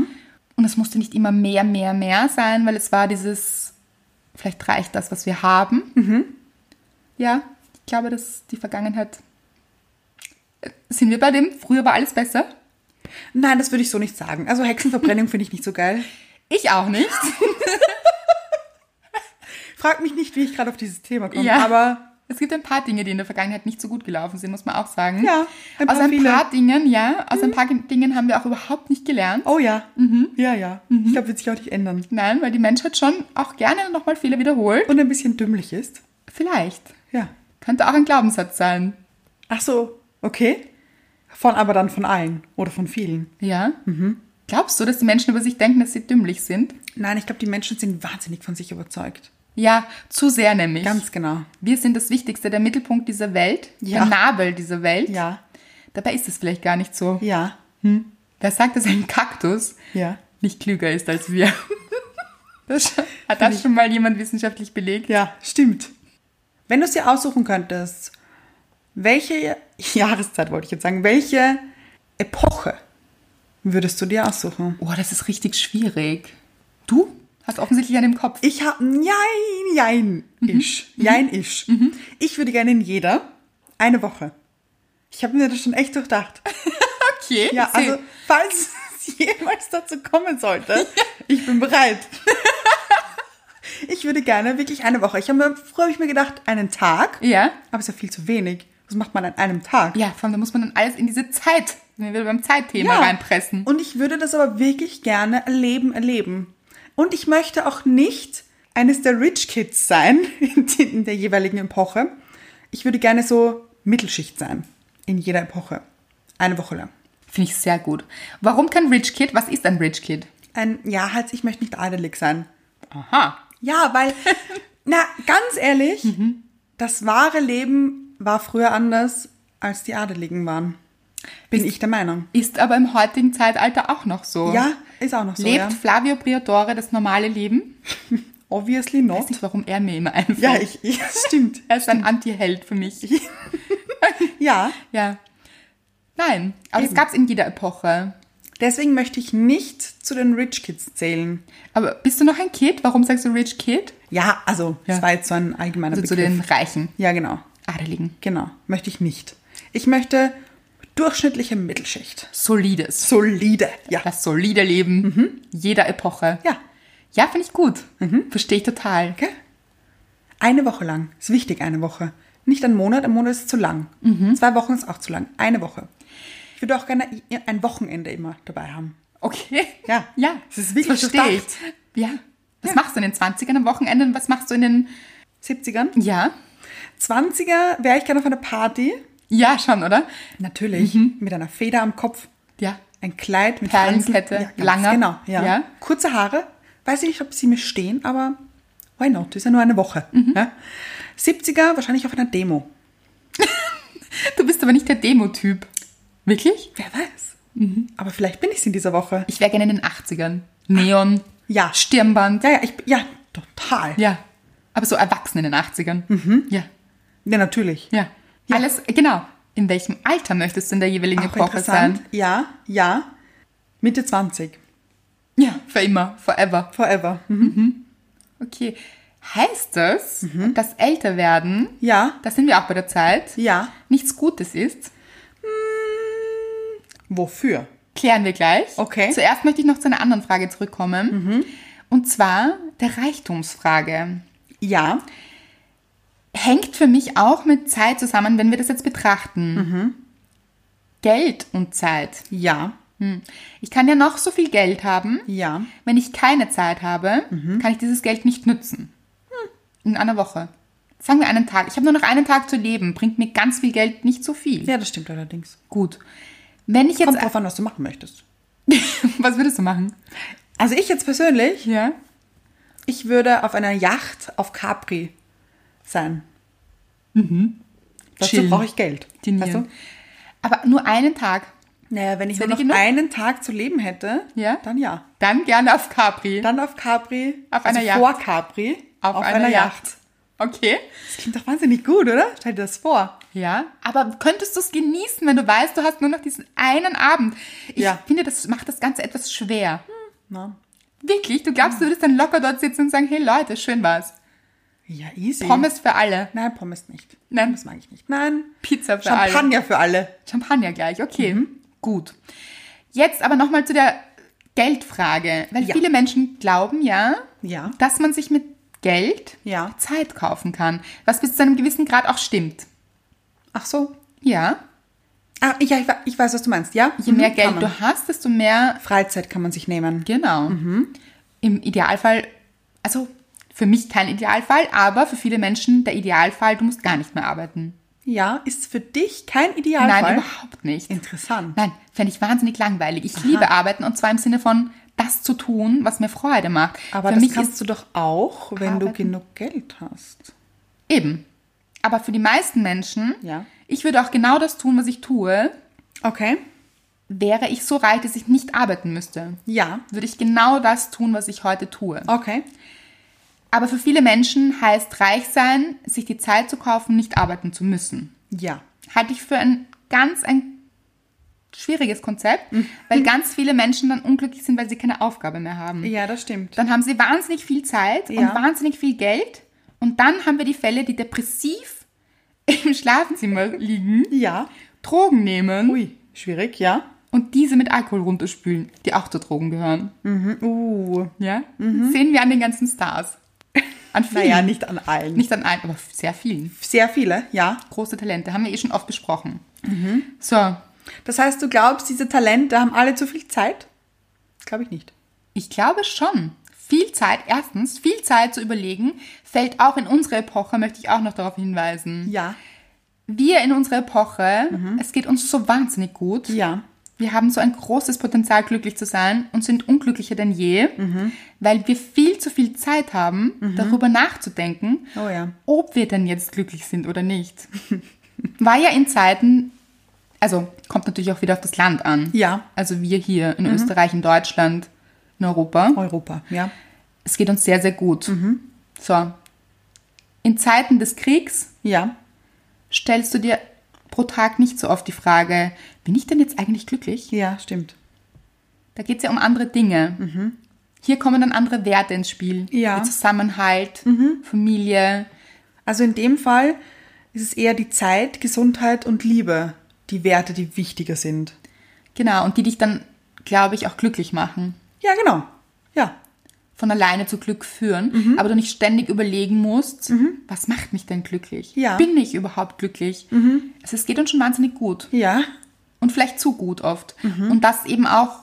[SPEAKER 2] Und es musste nicht immer mehr, mehr,
[SPEAKER 1] Mhm.
[SPEAKER 2] mehr sein, weil es war dieses, vielleicht reicht das, was wir haben. Ja, ich glaube, dass die Vergangenheit. äh, Sind wir bei dem? Früher war alles besser?
[SPEAKER 1] Nein, das würde ich so nicht sagen. Also Hexenverbrennung finde ich nicht so geil.
[SPEAKER 2] Ich auch nicht.
[SPEAKER 1] Frag mich nicht, wie ich gerade auf dieses Thema komme,
[SPEAKER 2] Ja.
[SPEAKER 1] aber
[SPEAKER 2] Es gibt ein paar Dinge, die in der Vergangenheit nicht so gut gelaufen sind, muss man auch sagen.
[SPEAKER 1] Ja, ein paar
[SPEAKER 2] aus ein
[SPEAKER 1] viele. Mhm.
[SPEAKER 2] paar Dingen, ja. Aus ein paar Dingen haben wir auch überhaupt nicht gelernt.
[SPEAKER 1] oh ja. Ja, ja. Ich glaube, wird sich auch nicht ändern.
[SPEAKER 2] Nein, weil die Menschheit schon auch gerne nochmal Fehler wiederholt.
[SPEAKER 1] Und ein bisschen dümmlich ist.
[SPEAKER 2] Vielleicht.
[SPEAKER 1] Ja.
[SPEAKER 2] Könnte auch ein Glaubenssatz sein.
[SPEAKER 1] Ach so, okay. Von aber dann von allen oder von vielen.
[SPEAKER 2] Ja?
[SPEAKER 1] Mhm.
[SPEAKER 2] Glaubst du, dass die Menschen über sich denken, dass sie dümmlich sind?
[SPEAKER 1] Nein, ich glaube, die Menschen sind wahnsinnig von sich überzeugt.
[SPEAKER 2] Ja, zu sehr nämlich.
[SPEAKER 1] Ganz genau.
[SPEAKER 2] Wir sind das Wichtigste, der Mittelpunkt dieser Welt,
[SPEAKER 1] Ja.
[SPEAKER 2] der Nabel dieser Welt.
[SPEAKER 1] Ja.
[SPEAKER 2] Dabei ist es vielleicht gar nicht so.
[SPEAKER 1] Ja.
[SPEAKER 2] Wer sagt, dass ein Kaktus
[SPEAKER 1] Ja.
[SPEAKER 2] nicht klüger ist als wir? Das, sch- hat das schon mal jemand wissenschaftlich belegt?
[SPEAKER 1] Ja, stimmt. Wenn du es dir aussuchen könntest, welche Jahreszeit wollte ich jetzt sagen, welche Epoche würdest du dir aussuchen?
[SPEAKER 2] Oh, das ist richtig schwierig. Du hast offensichtlich einen im Kopf.
[SPEAKER 1] Ich habe ein Jein, Jein, Isch. Jein, Isch. Ich würde gerne in jeder eine Woche. Ich habe mir das schon echt durchdacht.
[SPEAKER 2] Okay.
[SPEAKER 1] Ja,
[SPEAKER 2] ich seh.
[SPEAKER 1] also, falls es jemals dazu kommen sollte, ich bin bereit. Ich würde gerne wirklich eine Woche. Ich habe mir, früher habe ich mir gedacht, einen Tag.
[SPEAKER 2] Ja?
[SPEAKER 1] Aber es ist ja viel zu wenig. Was macht man an einem Tag?
[SPEAKER 2] Ja, vor allem, da muss man dann alles in diese Zeit, wenn wir wieder beim Zeitthema reinpressen.
[SPEAKER 1] Und ich würde das aber wirklich gerne erleben, erleben. Und ich möchte auch nicht eines der Rich Kids sein in die- in der jeweiligen Epoche. Ich würde gerne so Mittelschicht sein in jeder Epoche. Eine Woche lang.
[SPEAKER 2] Finde ich sehr gut. Warum kein Rich Kid? Was ist ein Rich Kid?
[SPEAKER 1] Ein ja, halt, ich möchte nicht adelig sein.
[SPEAKER 2] Aha.
[SPEAKER 1] Ja, weil, na, ganz ehrlich,
[SPEAKER 2] Mhm.
[SPEAKER 1] das wahre Leben war früher anders, als die Adeligen waren. Bin ich der Meinung.
[SPEAKER 2] Ist aber im heutigen Zeitalter auch noch so.
[SPEAKER 1] Ja, ist auch noch so,
[SPEAKER 2] Lebt
[SPEAKER 1] ja.
[SPEAKER 2] Flavio Briatore das normale Leben?
[SPEAKER 1] Obviously
[SPEAKER 2] Ich weiß
[SPEAKER 1] not.
[SPEAKER 2] nicht, warum er mir immer einfällt.
[SPEAKER 1] Ja, ich, ich stimmt.
[SPEAKER 2] er ist ein Anti-Held für mich.
[SPEAKER 1] Ja,
[SPEAKER 2] Ja. Nein, aber das gab es in jeder Epoche.
[SPEAKER 1] deswegen möchte ich nicht zu den Rich Kids zählen.
[SPEAKER 2] Aber bist du noch ein Kid? Warum sagst du Rich Kid?
[SPEAKER 1] Ja, also, das
[SPEAKER 2] Ja.
[SPEAKER 1] war jetzt so ein allgemeiner
[SPEAKER 2] Also zu
[SPEAKER 1] Begriff.
[SPEAKER 2] den Reichen,
[SPEAKER 1] ja, genau.
[SPEAKER 2] Adeligen.
[SPEAKER 1] Genau, möchte ich nicht. Ich möchte durchschnittliche Mittelschicht.
[SPEAKER 2] Solides.
[SPEAKER 1] Solide, ja.
[SPEAKER 2] Das solide Leben jeder Epoche.
[SPEAKER 1] Mhm. Ja, Mhm.
[SPEAKER 2] Ja, finde ich gut. Verstehe ich total.
[SPEAKER 1] Okay. Eine Woche lang. Ist wichtig, eine Woche. Nicht ein Monat, ein Monat ist zu lang.
[SPEAKER 2] Mhm.
[SPEAKER 1] Zwei Wochen ist auch zu lang. Eine Woche. Ich würde auch gerne ein Wochenende immer dabei haben.
[SPEAKER 2] Okay.
[SPEAKER 1] Ja.
[SPEAKER 2] Ja.
[SPEAKER 1] Es ist wirklich
[SPEAKER 2] verstehe ich.
[SPEAKER 1] durchdacht.
[SPEAKER 2] Ja. Was machst du in den 20ern am Wochenende und was machst du in den...
[SPEAKER 1] 70ern?
[SPEAKER 2] Ja.
[SPEAKER 1] 20er wäre ich gerne auf einer Party.
[SPEAKER 2] Ja, schon, oder?
[SPEAKER 1] Natürlich.
[SPEAKER 2] Mhm.
[SPEAKER 1] Mit einer Feder am Kopf.
[SPEAKER 2] Ja.
[SPEAKER 1] Ein Kleid mit
[SPEAKER 2] Perlenkette,
[SPEAKER 1] Fransen. ganz
[SPEAKER 2] langer.
[SPEAKER 1] Genau, ja.
[SPEAKER 2] Ja.
[SPEAKER 1] Kurze Haare. Weiß ich nicht, ob sie mir stehen, aber why not? Ist ja nur eine Woche.
[SPEAKER 2] Mhm.
[SPEAKER 1] Ja. 70er wahrscheinlich auf einer Demo.
[SPEAKER 2] Du bist aber nicht der Demo-Typ. Wirklich?
[SPEAKER 1] Wer weiß.
[SPEAKER 2] Mhm.
[SPEAKER 1] Aber vielleicht bin ich es in dieser Woche.
[SPEAKER 2] Ich wäre gerne in den 80ern. Neon.
[SPEAKER 1] Ah. Ja.
[SPEAKER 2] Stirnband.
[SPEAKER 1] Ja, ja, ich, ja, total. Ja,
[SPEAKER 2] Ja. Aber so erwachsen in den 80ern.
[SPEAKER 1] Mhm.
[SPEAKER 2] Ja.
[SPEAKER 1] natürlich.
[SPEAKER 2] Ja. Alles, genau. In welchem Alter möchtest du in der jeweiligen
[SPEAKER 1] Auch
[SPEAKER 2] Epoche
[SPEAKER 1] interessant.
[SPEAKER 2] sein?
[SPEAKER 1] Ja, ja. Mitte 20.
[SPEAKER 2] Ja, für immer, forever.
[SPEAKER 1] Forever. Mhm.
[SPEAKER 2] Okay. Heißt das, dass älter werden,
[SPEAKER 1] Ja,
[SPEAKER 2] da sind wir auch bei der Zeit,
[SPEAKER 1] Mhm. ja.
[SPEAKER 2] nichts Gutes ist?
[SPEAKER 1] Wofür?
[SPEAKER 2] Klären wir gleich.
[SPEAKER 1] Okay. Mhm.
[SPEAKER 2] Zuerst möchte ich noch zu einer anderen Frage zurückkommen. Und zwar der Reichtumsfrage.
[SPEAKER 1] Ja,
[SPEAKER 2] Hängt für mich auch mit Zeit zusammen, wenn wir das jetzt betrachten.
[SPEAKER 1] Mhm.
[SPEAKER 2] Geld und Zeit.
[SPEAKER 1] ja,
[SPEAKER 2] Hm. Ich kann ja noch so viel Geld haben.
[SPEAKER 1] ja.
[SPEAKER 2] Wenn ich keine Zeit habe,
[SPEAKER 1] Mhm.
[SPEAKER 2] kann ich dieses Geld nicht nützen. In einer Woche. Sagen wir einen Tag. Ich habe nur noch einen Tag zu leben. Bringt mir ganz viel Geld nicht so viel.
[SPEAKER 1] Ja, das stimmt allerdings.
[SPEAKER 2] Gut. Wenn ich jetzt. äh,
[SPEAKER 1] Kommt drauf an, was du machen möchtest.
[SPEAKER 2] Was würdest du machen?
[SPEAKER 1] Also ich jetzt persönlich,
[SPEAKER 2] Ja.
[SPEAKER 1] ich würde auf einer Yacht auf Capri sein. Mhm. Dazu
[SPEAKER 2] Mhm. Chillen.
[SPEAKER 1] brauche ich Geld.
[SPEAKER 2] Dinieren. Aber nur einen Tag.
[SPEAKER 1] Naja, wenn ich
[SPEAKER 2] Ist
[SPEAKER 1] nur
[SPEAKER 2] ja
[SPEAKER 1] noch
[SPEAKER 2] nicht genug.
[SPEAKER 1] einen Tag zu leben hätte,
[SPEAKER 2] Ja.
[SPEAKER 1] dann ja.
[SPEAKER 2] Dann gerne auf Capri.
[SPEAKER 1] Dann auf Capri.
[SPEAKER 2] Auf
[SPEAKER 1] also
[SPEAKER 2] einer Yacht.
[SPEAKER 1] Vor Capri.
[SPEAKER 2] Auf einer Yacht. Okay.
[SPEAKER 1] Das klingt doch wahnsinnig gut, oder? Stell dir das vor.
[SPEAKER 2] Ja. Aber könntest du es genießen, wenn du weißt, du hast nur noch diesen einen Abend? Ich
[SPEAKER 1] Ja.
[SPEAKER 2] finde, das macht das Ganze etwas schwer.
[SPEAKER 1] Na.
[SPEAKER 2] Wirklich? Du glaubst, du würdest dann locker dort sitzen und sagen, hey Leute, schön war's.
[SPEAKER 1] Ja, easy.
[SPEAKER 2] Pommes für alle.
[SPEAKER 1] Nein, Pommes nicht.
[SPEAKER 2] Nein.
[SPEAKER 1] Pommes mag ich nicht. Nein.
[SPEAKER 2] Pizza für alle.
[SPEAKER 1] Champagner Mhm. für alle.
[SPEAKER 2] Champagner gleich, okay. Gut. Jetzt aber nochmal zu der Geldfrage, weil
[SPEAKER 1] Ja.
[SPEAKER 2] viele Menschen glauben ja,
[SPEAKER 1] Ja.
[SPEAKER 2] dass man sich mit Geld
[SPEAKER 1] Ja.
[SPEAKER 2] Zeit kaufen kann, was bis zu einem gewissen Grad auch stimmt.
[SPEAKER 1] Ach so.
[SPEAKER 2] Ja,
[SPEAKER 1] Ah, ja, ich, we- ich weiß, was du meinst, ja?
[SPEAKER 2] je mehr
[SPEAKER 1] Mhm, kann
[SPEAKER 2] Geld
[SPEAKER 1] man.
[SPEAKER 2] du hast, desto mehr
[SPEAKER 1] Freizeit kann man sich nehmen.
[SPEAKER 2] Genau.
[SPEAKER 1] Mhm.
[SPEAKER 2] Im Idealfall, also für mich kein Idealfall, aber für viele Menschen der Idealfall, du musst gar nicht mehr arbeiten.
[SPEAKER 1] Ja, ist für dich kein Idealfall.
[SPEAKER 2] Nein, überhaupt nicht.
[SPEAKER 1] Interessant.
[SPEAKER 2] Nein, fände ich wahnsinnig langweilig. Ich liebe Arbeiten und zwar im Sinne von das zu tun, was mir Freude macht.
[SPEAKER 1] Aber
[SPEAKER 2] für
[SPEAKER 1] das
[SPEAKER 2] mich
[SPEAKER 1] kannst
[SPEAKER 2] ist
[SPEAKER 1] du doch auch, wenn du
[SPEAKER 2] Arbeiten.
[SPEAKER 1] genug Geld hast.
[SPEAKER 2] eben. Aber für die meisten Menschen,
[SPEAKER 1] Ja.
[SPEAKER 2] ich würde auch genau das tun, was ich tue,
[SPEAKER 1] Okay.
[SPEAKER 2] wäre ich so reich, dass ich nicht arbeiten müsste.
[SPEAKER 1] Ja.
[SPEAKER 2] Würde ich genau das tun, was ich heute tue.
[SPEAKER 1] Okay.
[SPEAKER 2] Aber für viele Menschen heißt reich sein, sich die Zeit zu kaufen, nicht arbeiten zu müssen.
[SPEAKER 1] Ja.
[SPEAKER 2] Halte ich für ein ganz ein schwieriges Konzept,
[SPEAKER 1] Mhm.
[SPEAKER 2] weil ganz viele Menschen dann unglücklich sind, weil sie keine Aufgabe mehr haben.
[SPEAKER 1] Ja, das stimmt.
[SPEAKER 2] Dann haben sie wahnsinnig viel Zeit
[SPEAKER 1] Ja.
[SPEAKER 2] und wahnsinnig viel Geld und dann haben wir die Fälle, die depressiv im Schlafzimmer liegen,
[SPEAKER 1] Ja.
[SPEAKER 2] Drogen nehmen
[SPEAKER 1] Ui, schwierig, ja.
[SPEAKER 2] und diese mit Alkohol runterspülen, die auch zu Drogen gehören.
[SPEAKER 1] Uh.
[SPEAKER 2] Ja? Sehen wir an den ganzen Stars. An vielen.
[SPEAKER 1] Naja, nicht an allen.
[SPEAKER 2] Nicht an allen, aber sehr vielen.
[SPEAKER 1] Sehr viele, ja.
[SPEAKER 2] Große Talente, haben wir eh schon oft besprochen. So,
[SPEAKER 1] Das heißt, du glaubst, diese Talente haben alle zu viel Zeit? Glaube ich nicht.
[SPEAKER 2] ich glaube schon. Viel Zeit, erstens, viel Zeit zu überlegen, fällt auch in unsere Epoche, möchte ich auch noch darauf hinweisen.
[SPEAKER 1] Ja.
[SPEAKER 2] Wir in unserer Epoche, es geht uns so wahnsinnig gut.
[SPEAKER 1] Ja.
[SPEAKER 2] Wir haben so ein großes Potenzial, glücklich zu sein und sind unglücklicher denn je, weil wir viel zu viel Zeit haben, darüber nachzudenken,
[SPEAKER 1] Oh ja.
[SPEAKER 2] ob wir denn jetzt glücklich sind oder nicht. War ja in Zeiten, also kommt natürlich auch wieder auf das Land an.
[SPEAKER 1] Ja. Mhm.
[SPEAKER 2] Also wir hier in Österreich, in Deutschland, in Europa.
[SPEAKER 1] Europa, ja.
[SPEAKER 2] Es geht uns sehr, sehr gut.
[SPEAKER 1] Mhm.
[SPEAKER 2] So. In Zeiten des Kriegs
[SPEAKER 1] Ja.
[SPEAKER 2] stellst du dir pro Tag nicht so oft die Frage, bin ich denn jetzt eigentlich glücklich?
[SPEAKER 1] Ja, stimmt.
[SPEAKER 2] Da geht es ja um andere Dinge. Hier kommen dann andere Werte ins Spiel.
[SPEAKER 1] Mhm. Ja. Mhm.
[SPEAKER 2] Der Zusammenhalt, Familie.
[SPEAKER 1] Also in dem Fall ist es eher die Zeit, Gesundheit und Liebe, die Werte, die wichtiger sind.
[SPEAKER 2] Genau. Und die dich dann, glaube ich, auch glücklich machen.
[SPEAKER 1] Ja, genau. Ja.
[SPEAKER 2] von alleine zu Glück führen, aber du nicht ständig überlegen musst, was macht mich denn glücklich?
[SPEAKER 1] Ja.
[SPEAKER 2] Bin ich überhaupt glücklich? Also es geht uns schon wahnsinnig gut
[SPEAKER 1] Ja.
[SPEAKER 2] und vielleicht zu gut oft. Und das eben auch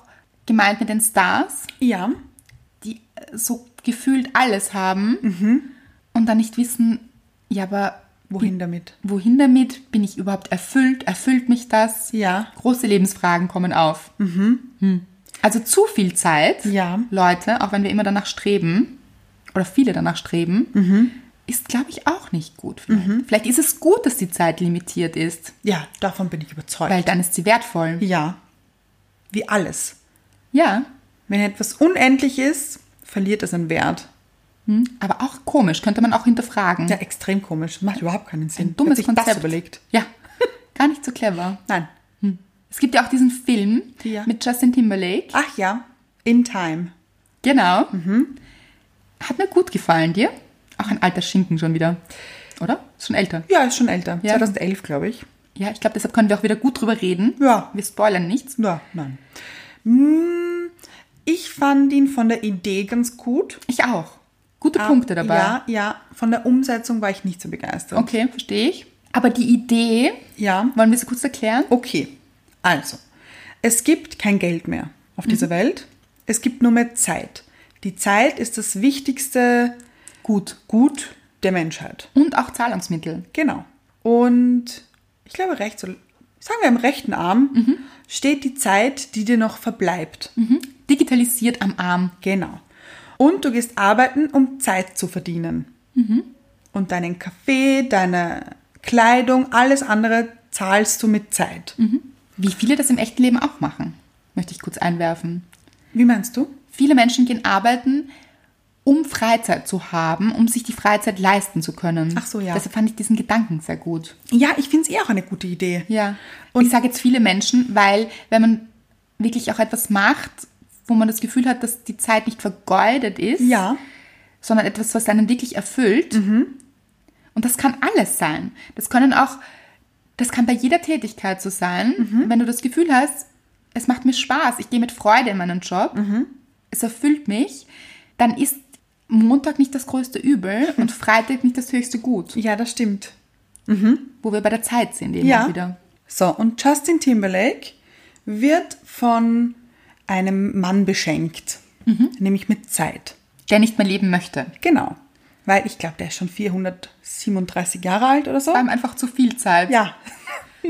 [SPEAKER 2] gemeint mit den Stars,
[SPEAKER 1] Ja.
[SPEAKER 2] die äh, so gefühlt alles haben und dann nicht wissen, ja, aber
[SPEAKER 1] Wohin damit?
[SPEAKER 2] wohin damit? Bin ich überhaupt erfüllt? Erfüllt mich das?
[SPEAKER 1] Ja. Mhm.
[SPEAKER 2] Große Lebensfragen kommen auf. Hm. Also zu viel Zeit,
[SPEAKER 1] Ja.
[SPEAKER 2] Leute, auch wenn wir immer danach streben, oder viele danach streben,
[SPEAKER 1] Mhm.
[SPEAKER 2] ist, glaube ich, auch nicht gut. Vielleicht. vielleicht ist es gut, dass die Zeit limitiert ist,
[SPEAKER 1] Ja, davon bin ich überzeugt.
[SPEAKER 2] weil dann ist sie wertvoll.
[SPEAKER 1] ja. Wie alles.
[SPEAKER 2] Ja,
[SPEAKER 1] Wenn etwas unendlich ist, verliert es an Wert.
[SPEAKER 2] Hm. aber auch komisch, könnte man auch hinterfragen.
[SPEAKER 1] Ja, extrem komisch. Macht überhaupt keinen Sinn.
[SPEAKER 2] Ein dummes
[SPEAKER 1] Hat sich
[SPEAKER 2] Konzept.
[SPEAKER 1] das überlegt.
[SPEAKER 2] Ja, gar nicht so clever.
[SPEAKER 1] Nein.
[SPEAKER 2] Es gibt ja auch diesen Film
[SPEAKER 1] Ja.
[SPEAKER 2] mit Justin Timberlake.
[SPEAKER 1] Ach ja, in time.
[SPEAKER 2] Genau.
[SPEAKER 1] Mhm.
[SPEAKER 2] Hat mir gut gefallen, dir? Auch ein alter Schinken schon wieder. Oder? Ist schon älter.
[SPEAKER 1] Ja, ist schon älter.
[SPEAKER 2] Ja.
[SPEAKER 1] 2011, glaube ich.
[SPEAKER 2] Ja, ich glaube, deshalb können wir auch wieder gut drüber reden.
[SPEAKER 1] Ja.
[SPEAKER 2] Wir spoilern nichts.
[SPEAKER 1] Ja, nein. Hm, Ich fand ihn von der Idee ganz gut.
[SPEAKER 2] Ich auch. Gute Punkte dabei.
[SPEAKER 1] Ah, Ja, ja. Von der Umsetzung war ich nicht so begeistert.
[SPEAKER 2] Okay, verstehe ich. Aber die Idee,
[SPEAKER 1] Ja.
[SPEAKER 2] wollen wir sie kurz erklären?
[SPEAKER 1] Okay, also, es gibt kein Geld mehr auf
[SPEAKER 2] Mhm.
[SPEAKER 1] dieser Welt. Es gibt nur mehr Zeit. Die Zeit ist das wichtigste Gut, Gut der Menschheit.
[SPEAKER 2] Und auch Zahlungsmittel.
[SPEAKER 1] Genau. Und ich glaube, rechts, oder- sagen wir im rechten Arm,
[SPEAKER 2] Mhm.
[SPEAKER 1] steht die Zeit, die dir noch verbleibt.
[SPEAKER 2] Digitalisiert am Arm.
[SPEAKER 1] Genau. Und du gehst arbeiten, um Zeit zu verdienen. Mhm. Und deinen Kaffee, deine Kleidung, alles andere zahlst du mit Zeit.
[SPEAKER 2] Wie viele das im echten Leben auch machen, möchte ich kurz einwerfen.
[SPEAKER 1] Wie meinst du?
[SPEAKER 2] Viele Menschen gehen arbeiten, um Freizeit zu haben, um sich die Freizeit leisten zu können.
[SPEAKER 1] Ach so, ja.
[SPEAKER 2] Deshalb fand ich diesen Gedanken sehr gut.
[SPEAKER 1] Ja, ich finde es eh auch eine gute Idee.
[SPEAKER 2] Ja.
[SPEAKER 1] Und-
[SPEAKER 2] Und ich sage jetzt viele Menschen, weil wenn man wirklich auch etwas macht, wo man das Gefühl hat, dass die Zeit nicht vergeudet ist,
[SPEAKER 1] Ja, Mhm.
[SPEAKER 2] sondern etwas, was einen wirklich erfüllt. Und das kann alles sein. Das können auch, das kann bei jeder Tätigkeit so sein,
[SPEAKER 1] Mhm.
[SPEAKER 2] wenn du das Gefühl hast, es macht mir Spaß, ich gehe mit Freude in meinen Job,
[SPEAKER 1] Mhm.
[SPEAKER 2] es erfüllt mich, dann ist Montag nicht das größte Übel und Freitag nicht das höchste Gut,
[SPEAKER 1] Ja, das stimmt.
[SPEAKER 2] wo wir bei der Zeit sind eben
[SPEAKER 1] Ja.
[SPEAKER 2] wieder.
[SPEAKER 1] So, und Justin Timberlake wird von einem Mann beschenkt, nämlich mit Zeit.
[SPEAKER 2] Der nicht mehr leben möchte.
[SPEAKER 1] Genau. Weil ich glaube, der ist schon 437 Jahre alt oder so.
[SPEAKER 2] Vor allem einfach zu viel Zeit.
[SPEAKER 1] Ja,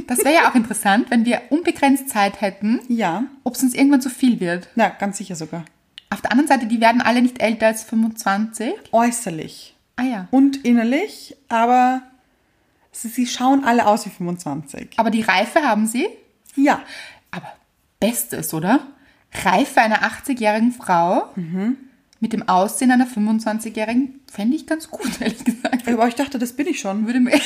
[SPEAKER 2] Das wäre ja auch interessant, wenn wir unbegrenzt Zeit hätten,
[SPEAKER 1] ja.
[SPEAKER 2] ob es uns irgendwann zu viel wird.
[SPEAKER 1] Na, ganz sicher sogar.
[SPEAKER 2] Auf der anderen Seite, die werden alle nicht älter als 25.
[SPEAKER 1] Äußerlich
[SPEAKER 2] Ah ja.
[SPEAKER 1] und innerlich, aber sie, sie schauen alle aus wie 25.
[SPEAKER 2] Aber die Reife haben sie.
[SPEAKER 1] Ja,
[SPEAKER 2] Aber Bestes, oder? Reife einer 80-jährigen Frau
[SPEAKER 1] Mhm.
[SPEAKER 2] mit dem Aussehen einer 25-jährigen fände ich ganz gut, ehrlich gesagt.
[SPEAKER 1] aber ich dachte, das bin ich schon.
[SPEAKER 2] Würde mir,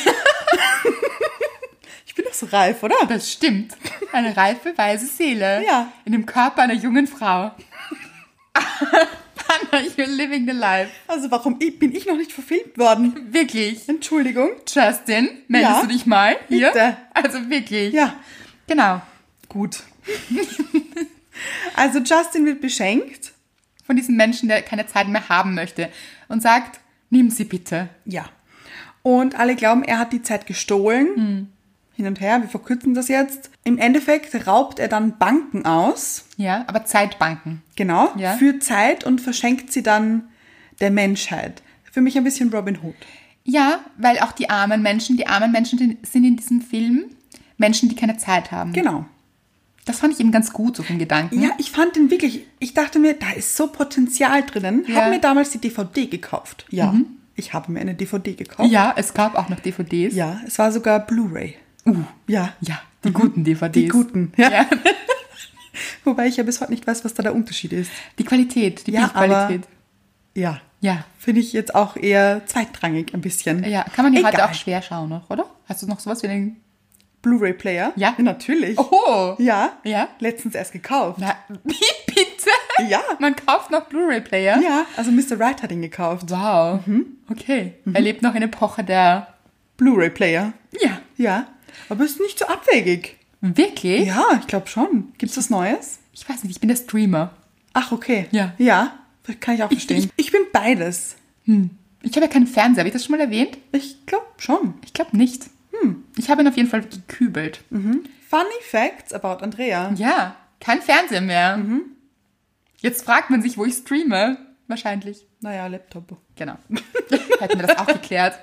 [SPEAKER 1] Ich bin doch so reif, oder?
[SPEAKER 2] das stimmt. Eine reife, weise Seele.
[SPEAKER 1] Ja.
[SPEAKER 2] In dem Körper einer jungen Frau. Anna, you're living the life.
[SPEAKER 1] Also warum i- bin ich noch nicht verfilmt worden?
[SPEAKER 2] Wirklich.
[SPEAKER 1] Entschuldigung.
[SPEAKER 2] Justin, meldest
[SPEAKER 1] Ja.
[SPEAKER 2] du dich mal hier?
[SPEAKER 1] Bitte.
[SPEAKER 2] Also wirklich.
[SPEAKER 1] Ja,
[SPEAKER 2] Genau.
[SPEAKER 1] gut. also Justin wird beschenkt.
[SPEAKER 2] Von diesem Menschen, der keine Zeit mehr haben möchte und sagt, nimm sie bitte.
[SPEAKER 1] Ja. Und alle glauben, er hat die Zeit gestohlen. Hin und her, wir verkürzen das jetzt. Im Endeffekt raubt er dann Banken aus,
[SPEAKER 2] Ja, aber Zeitbanken.
[SPEAKER 1] genau,
[SPEAKER 2] Ja.
[SPEAKER 1] für Zeit und verschenkt sie dann der Menschheit. Für mich ein bisschen Robin Hood.
[SPEAKER 2] Ja, weil auch die armen Menschen, die armen Menschen die sind in diesem Film Menschen, die keine Zeit haben.
[SPEAKER 1] Genau.
[SPEAKER 2] Das fand ich eben ganz gut, so vom Gedanken.
[SPEAKER 1] Ja, ich fand den wirklich, ich dachte mir, da ist so Potenzial drinnen.
[SPEAKER 2] Ja.
[SPEAKER 1] Hab mir damals die DVD gekauft. Ja, ich habe mir eine DVD gekauft.
[SPEAKER 2] Ja, es gab auch noch DVDs.
[SPEAKER 1] Ja, es war sogar Blu-ray. Uh. Ja.
[SPEAKER 2] Ja, die guten DVDs.
[SPEAKER 1] Mhm. Die guten. Ja.
[SPEAKER 2] Ja.
[SPEAKER 1] Wobei ich ja bis heute nicht weiß, was da der Unterschied ist.
[SPEAKER 2] Die Qualität, die
[SPEAKER 1] Ja,
[SPEAKER 2] Bildqualität.
[SPEAKER 1] Ja.
[SPEAKER 2] Ja.
[SPEAKER 1] Finde ich jetzt auch eher zweitrangig ein bisschen.
[SPEAKER 2] Ja, kann man ja heute
[SPEAKER 1] Egal.
[SPEAKER 2] auch schwer schauen noch, oder? Hast du noch sowas wie den...
[SPEAKER 1] Blu-ray-Player?
[SPEAKER 2] Ja.
[SPEAKER 1] Natürlich.
[SPEAKER 2] Oh!
[SPEAKER 1] Ja.
[SPEAKER 2] Ja.
[SPEAKER 1] Letztens erst gekauft.
[SPEAKER 2] Na, wie bitte?
[SPEAKER 1] Ja.
[SPEAKER 2] Man kauft noch Blu-ray-Player?
[SPEAKER 1] Ja, Mhm. also Mr. Right hat ihn gekauft.
[SPEAKER 2] Wow. Okay. Er lebt noch in Epoche der...
[SPEAKER 1] Blu-ray-Player.
[SPEAKER 2] Ja.
[SPEAKER 1] Ja. Aber ist nicht so abwegig.
[SPEAKER 2] Wirklich?
[SPEAKER 1] Ja, ich glaube schon. Gibt's was Neues?
[SPEAKER 2] Ich weiß nicht, ich bin der Streamer.
[SPEAKER 1] Ach, okay.
[SPEAKER 2] Ja.
[SPEAKER 1] Ja, kann ich auch verstehen. Ich, bin beides.
[SPEAKER 2] Ich habe ja keinen Fernseher. Habe ich das schon mal erwähnt?
[SPEAKER 1] Ich glaube schon.
[SPEAKER 2] Ich glaube nicht. Hm. Ich habe ihn auf jeden Fall gekübelt.
[SPEAKER 1] Mhm. Funny Facts about Andrea.
[SPEAKER 2] Ja, kein Fernseher mehr.
[SPEAKER 1] Mhm.
[SPEAKER 2] Jetzt fragt man sich, wo ich streame. Wahrscheinlich.
[SPEAKER 1] Naja, Laptop.
[SPEAKER 2] Genau. Hätten wir das auch geklärt.